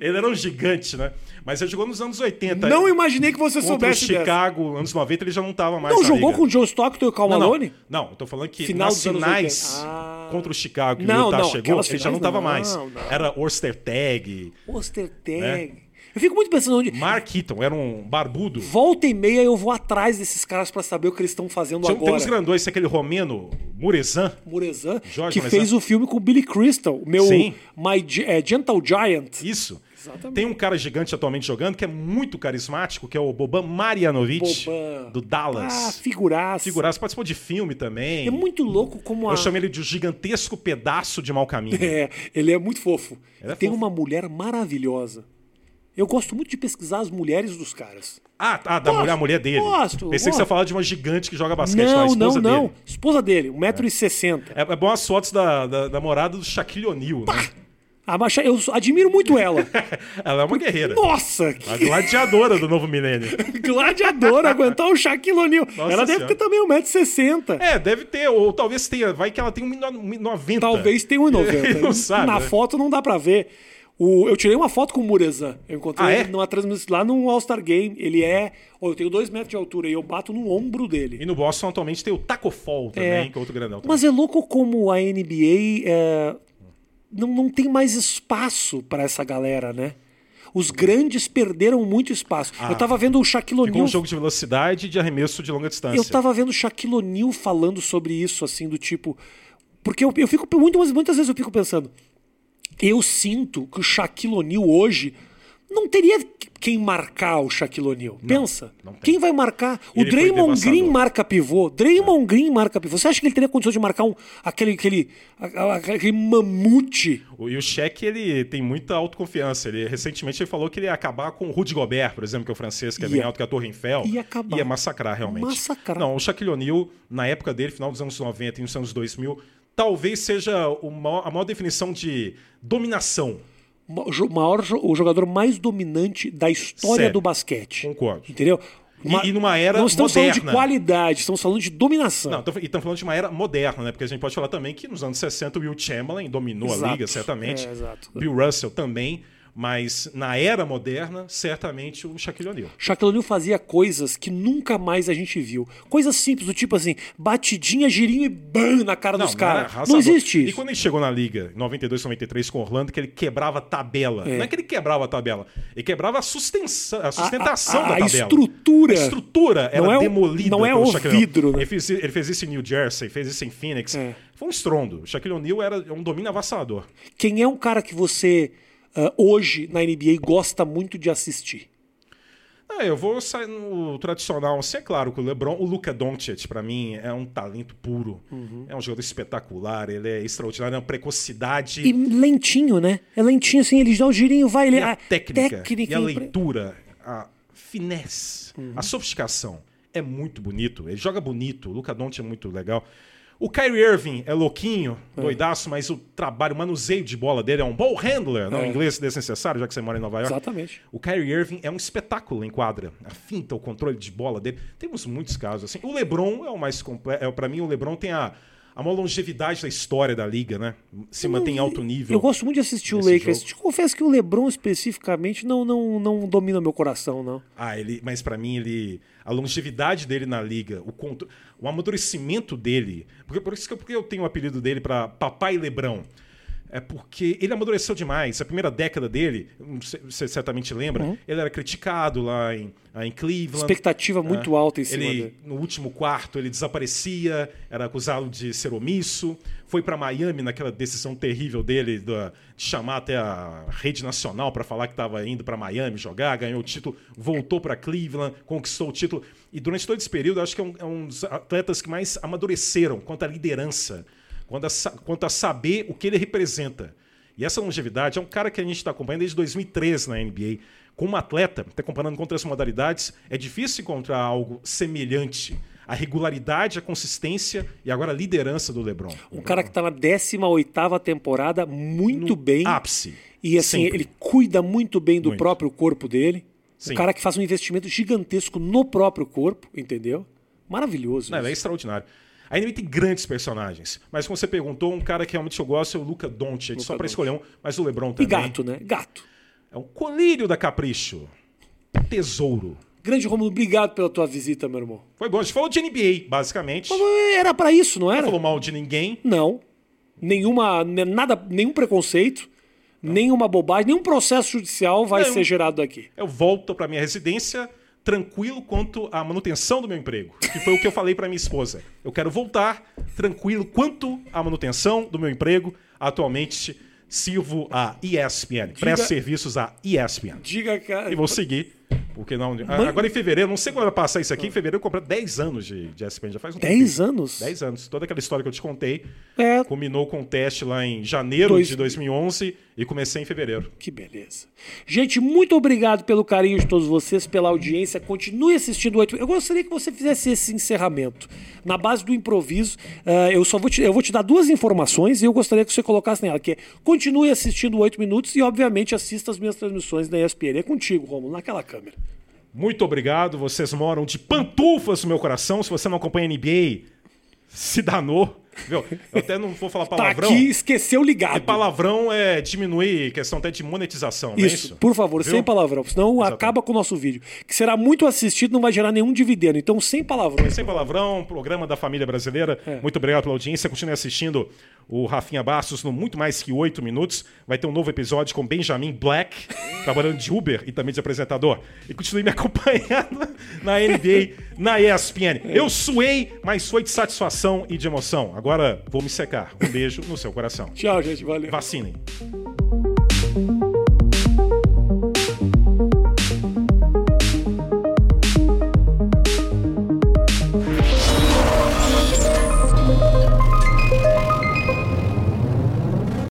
Speaker 2: ele era um gigante, né? Mas ele jogou nos anos 80.
Speaker 1: Não imaginei que você soubesse
Speaker 2: Chicago, dessa. anos 90, ele já não estava mais
Speaker 1: Não, jogou liga. com o John Stockton e o Cal
Speaker 2: não,
Speaker 1: Malone?
Speaker 2: Não, não, eu tô falando que Final nas finais ah. contra o Chicago não, e o Utah não, chegou, ele já não estava mais. Não. Era Orster Tag.
Speaker 1: Orster Tag. Né? Eu fico muito pensando onde.
Speaker 2: Mark Eaton era um barbudo.
Speaker 1: Volta e meia eu vou atrás desses caras para saber o que eles estão fazendo
Speaker 2: um- tem,
Speaker 1: agora.
Speaker 2: Tem uns grandões, aquele romeno, Murezan.
Speaker 1: Murezan, Jorge que Murezan. fez o filme com o Billy Crystal, meu Sim. My é, Gentle Giant.
Speaker 2: Isso. Exatamente. Tem um cara gigante atualmente jogando que é muito carismático, que é o Boban Marjanovic, Boban. do Dallas.
Speaker 1: Ah, figuraça.
Speaker 2: Figuraça, participou de filme também.
Speaker 1: É muito louco como a...
Speaker 2: Eu chamo ele de um gigantesco pedaço de mau caminho.
Speaker 1: É, ele é muito fofo. É tem fofo. uma mulher maravilhosa. Eu gosto muito de pesquisar as mulheres dos caras.
Speaker 2: Ah, ah da gosto, mulher, a mulher dele.
Speaker 1: Gosto.
Speaker 2: Pensei
Speaker 1: gosto.
Speaker 2: que você falava de uma gigante que joga basquete
Speaker 1: não,
Speaker 2: lá, esposa
Speaker 1: não, não.
Speaker 2: dele.
Speaker 1: Esposa dele, 1,60m.
Speaker 2: É. é, é bom as fotos da, da, da morada do Shaquille O'Neal, né?
Speaker 1: Ah, Eu admiro muito ela.
Speaker 2: ela é uma guerreira.
Speaker 1: Nossa!
Speaker 2: Que... A gladiadora do novo milênio.
Speaker 1: gladiadora, aguentar o Shaquille O'Neal. Ela deve senhora. ter também 1,60m.
Speaker 2: É, deve ter. Ou talvez tenha. Vai que ela tem 1,90m.
Speaker 1: Talvez tenha 1,90m.
Speaker 2: não sabe.
Speaker 1: Na
Speaker 2: né?
Speaker 1: foto não dá pra ver. O, eu tirei uma foto com o Murezan. Eu encontrei
Speaker 2: ah,
Speaker 1: é? ele numa transmissão lá no All-Star Game. Ele é. Oh, eu tenho dois metros de altura e eu bato no ombro dele.
Speaker 2: E no Boston atualmente tem o Taco Fall também, é. que é outro grandão.
Speaker 1: Mas é louco como a NBA é, não, não tem mais espaço para essa galera, né? Os grandes perderam muito espaço. Ah, eu tava vendo o Shaquille O'Neal.
Speaker 2: um jogo de velocidade e de arremesso de longa distância.
Speaker 1: Eu tava vendo o Shaquille O'Neal falando sobre isso, assim, do tipo. Porque eu, eu fico. Muito, muitas vezes eu fico pensando eu sinto que o Shaquille O'Neal hoje não teria quem marcar o Shaquille O'Neal. Pensa. Não quem vai marcar? O ele Draymond Green marca pivô. Draymond é. Green marca pivô. Você acha que ele teria condição de marcar um, aquele, aquele, aquele mamute?
Speaker 2: E o Shaq, ele tem muita autoconfiança. Ele, recentemente ele falou que ele ia acabar com o Rudy Gobert, por exemplo, que é o francês, que é ia, bem alto que é a Torre Eiffel.
Speaker 1: Ia acabar.
Speaker 2: Ia massacrar, realmente.
Speaker 1: Massacrar.
Speaker 2: Não, o Shaquille O'Neal, na época dele, final dos anos 90 e nos anos 2000, talvez seja maior, a maior definição de dominação.
Speaker 1: O, maior, o jogador mais dominante da história Sério, do basquete.
Speaker 2: Concordo.
Speaker 1: Entendeu? Uma-
Speaker 2: E, e numa era
Speaker 1: Não estamos
Speaker 2: moderna.
Speaker 1: falando de qualidade, estamos falando de dominação.
Speaker 2: Não, tô- e estamos falando de uma era moderna, né? Porque a gente pode falar também que nos anos 60 o Will Chamberlain dominou a
Speaker 1: Exato.
Speaker 2: liga, certamente.
Speaker 1: É, exato.
Speaker 2: Bill Russell também. Mas na era moderna, certamente o Shaquille O'Neal.
Speaker 1: Shaquille O'Neal fazia coisas que nunca mais a gente viu. Coisas simples, do tipo assim, batidinha, girinho e bam na cara dos
Speaker 2: era
Speaker 1: caras.
Speaker 2: arrasador.
Speaker 1: Não existe
Speaker 2: E
Speaker 1: isso.
Speaker 2: quando ele chegou na liga, em 92, 93, com Orlando, que ele quebrava a tabela. Não é que ele quebrava a tabela, ele quebrava a, sustensa- a sustentação
Speaker 1: a-
Speaker 2: da
Speaker 1: a
Speaker 2: tabela.
Speaker 1: estrutura.
Speaker 2: A estrutura era
Speaker 1: Não é o-
Speaker 2: demolida.
Speaker 1: não é
Speaker 2: pelo
Speaker 1: o
Speaker 2: Shaquille O'Neal.
Speaker 1: vidro, né?
Speaker 2: Ele fez, ele fez isso em New Jersey, fez isso em Phoenix.
Speaker 1: É.
Speaker 2: Foi um estrondo. O Shaquille O'Neal era um domínio avassalador.
Speaker 1: Quem é um cara que você ah, hoje na NBA gosta muito de assistir?
Speaker 2: Ah, eu vou sair no tradicional, assim, é claro, com o LeBron. O Luca Doncic, pra mim, é um talento puro. É um jogador espetacular, ele é extraordinário, é uma precocidade.
Speaker 1: E lentinho, né? É lentinho assim, ele dá o girinho, vai, ele. ah, é
Speaker 2: E a técnica, e a
Speaker 1: impre-
Speaker 2: leitura, a finesse, a sofisticação. É muito bonito. Ele joga bonito. O Luca Doncic é muito legal. O Kyrie Irving é louquinho, doidaço, mas o trabalho, o manuseio de bola dele é um ball handler, não
Speaker 1: É.
Speaker 2: em inglês desnecessário, já que você mora em Nova York.
Speaker 1: Exatamente.
Speaker 2: O Kyrie Irving é um espetáculo em quadra. A finta, o controle de bola dele. Temos muitos casos assim. O LeBron é o mais completo. É, para mim, o LeBron tem a, a maior longevidade da história da liga, né? Se mantém em alto nível.
Speaker 1: Eu gosto muito de assistir o
Speaker 2: Nesse
Speaker 1: Lakers.
Speaker 2: jogo.
Speaker 1: Te confesso que o LeBron especificamente não, não, não domina meu coração, não.
Speaker 2: Ah, ele, mas pra mim ele a longevidade dele na liga, o contro, o amadurecimento dele, porque por isso que eu, porque eu tenho o apelido dele pra Papai Lebrão. É porque ele amadureceu demais. A primeira década dele, não sei- você certamente lembra,
Speaker 1: Uhum.
Speaker 2: ele era criticado lá em, ah, em Cleveland. É.
Speaker 1: Expectativa muito alta em cima
Speaker 2: ele,
Speaker 1: dele.
Speaker 2: No último quarto, ele desaparecia, era acusado de ser omisso. Foi pra Miami naquela decisão terrível dele da- de chamar até a rede nacional pra falar que estava indo pra Miami jogar, ganhou o título, voltou pra Cleveland, conquistou o título. E durante todo esse período, eu acho que é um, é um dos atletas que mais amadureceram quanto à liderança, quanto a, sa- quanto a saber o que ele representa. E essa longevidade é um cara que a gente está acompanhando desde 2013 na NBA. Como atleta, até comparando com outras modalidades, é difícil encontrar algo semelhante. A regularidade, a consistência e agora a liderança do LeBron.
Speaker 1: Um cara que tá na 18ª temporada muito bem.
Speaker 2: Ápice.
Speaker 1: E assim,
Speaker 2: Sempre.
Speaker 1: ele cuida muito bem do
Speaker 2: Muito.
Speaker 1: próprio corpo dele.
Speaker 2: Sim.
Speaker 1: Um cara que faz um investimento gigantesco no próprio corpo, entendeu? Maravilhoso.
Speaker 2: Não, ele é
Speaker 1: isso.
Speaker 2: extraordinário. A NBA tem grandes personagens. Mas como você perguntou, um cara que realmente eu gosto é o Luca Doncic. só para
Speaker 1: Doncic.
Speaker 2: escolher um, mas o LeBron
Speaker 1: E
Speaker 2: também.
Speaker 1: gato, né? Gato.
Speaker 2: É um colírio da Capricho. Um tesouro.
Speaker 1: Grande Romulo, obrigado pela tua visita, meu irmão.
Speaker 2: Foi bom. A gente falou de NBA, basicamente. Não
Speaker 1: Era pra isso, não era?
Speaker 2: falou mal de ninguém.
Speaker 1: Não. Nenhuma, ne- nada, nenhum preconceito,
Speaker 2: Tá.
Speaker 1: nenhuma bobagem, nenhum processo judicial vai
Speaker 2: Não.
Speaker 1: ser gerado aqui.
Speaker 2: eu volto para minha residência tranquilo quanto à manutenção do meu emprego, que foi o que eu falei para minha esposa. Eu quero voltar tranquilo quanto à manutenção do meu emprego. Atualmente sirvo a ESPN, presto serviços à ESPN.
Speaker 1: Diga, cara.
Speaker 2: E vou seguir, porque não, a- agora em fevereiro, não sei quando vai passar isso aqui, em fevereiro eu comprei 10 anos de, de ESPN, já faz um
Speaker 1: 10
Speaker 2: tempinho.
Speaker 1: anos?
Speaker 2: 10 anos. Toda aquela história que eu te contei
Speaker 1: É.
Speaker 2: culminou com o teste lá em janeiro
Speaker 1: Dois-
Speaker 2: de 2011 e comecei em fevereiro.
Speaker 1: Que beleza. Gente, muito obrigado pelo carinho de todos vocês, pela audiência. Continue assistindo o 8. Eu gostaria que você fizesse esse encerramento. Na base do improviso, ah, eu só vou te, eu vou te dar duas informações e eu gostaria que você colocasse nela, que é continue assistindo o 8 minutos e, obviamente, assista as minhas transmissões da ESPN. É contigo, Romulo, naquela câmera.
Speaker 2: Muito obrigado. Vocês moram de pantufas no meu coração. Se você não acompanha NBA, se danou. Viu? Eu até não vou falar palavrão.
Speaker 1: Tá aqui, esqueceu ligado.
Speaker 2: Palavrão é diminuir questão até de monetização. não é
Speaker 1: Isso,
Speaker 2: isso?
Speaker 1: por favor,
Speaker 2: Viu?
Speaker 1: sem palavrão, senão
Speaker 2: Exatamente.
Speaker 1: acaba com o nosso vídeo. Que será muito assistido, não vai gerar nenhum dividendo. Então, sem palavrões.
Speaker 2: Sem palavrão, programa da família brasileira. Muito obrigado pela audiência. Continue assistindo o Rafinha Bastos no muito mais que oito minutos. Vai ter um novo episódio com Benjamin Black, trabalhando de Uber e também de apresentador. E continue me acompanhando na NBA, na ESPN. Eu suei, mas foi de satisfação e de emoção. Agora vou me secar. Um beijo no seu coração.
Speaker 1: Tchau, gente. Valeu.
Speaker 2: Vacinem.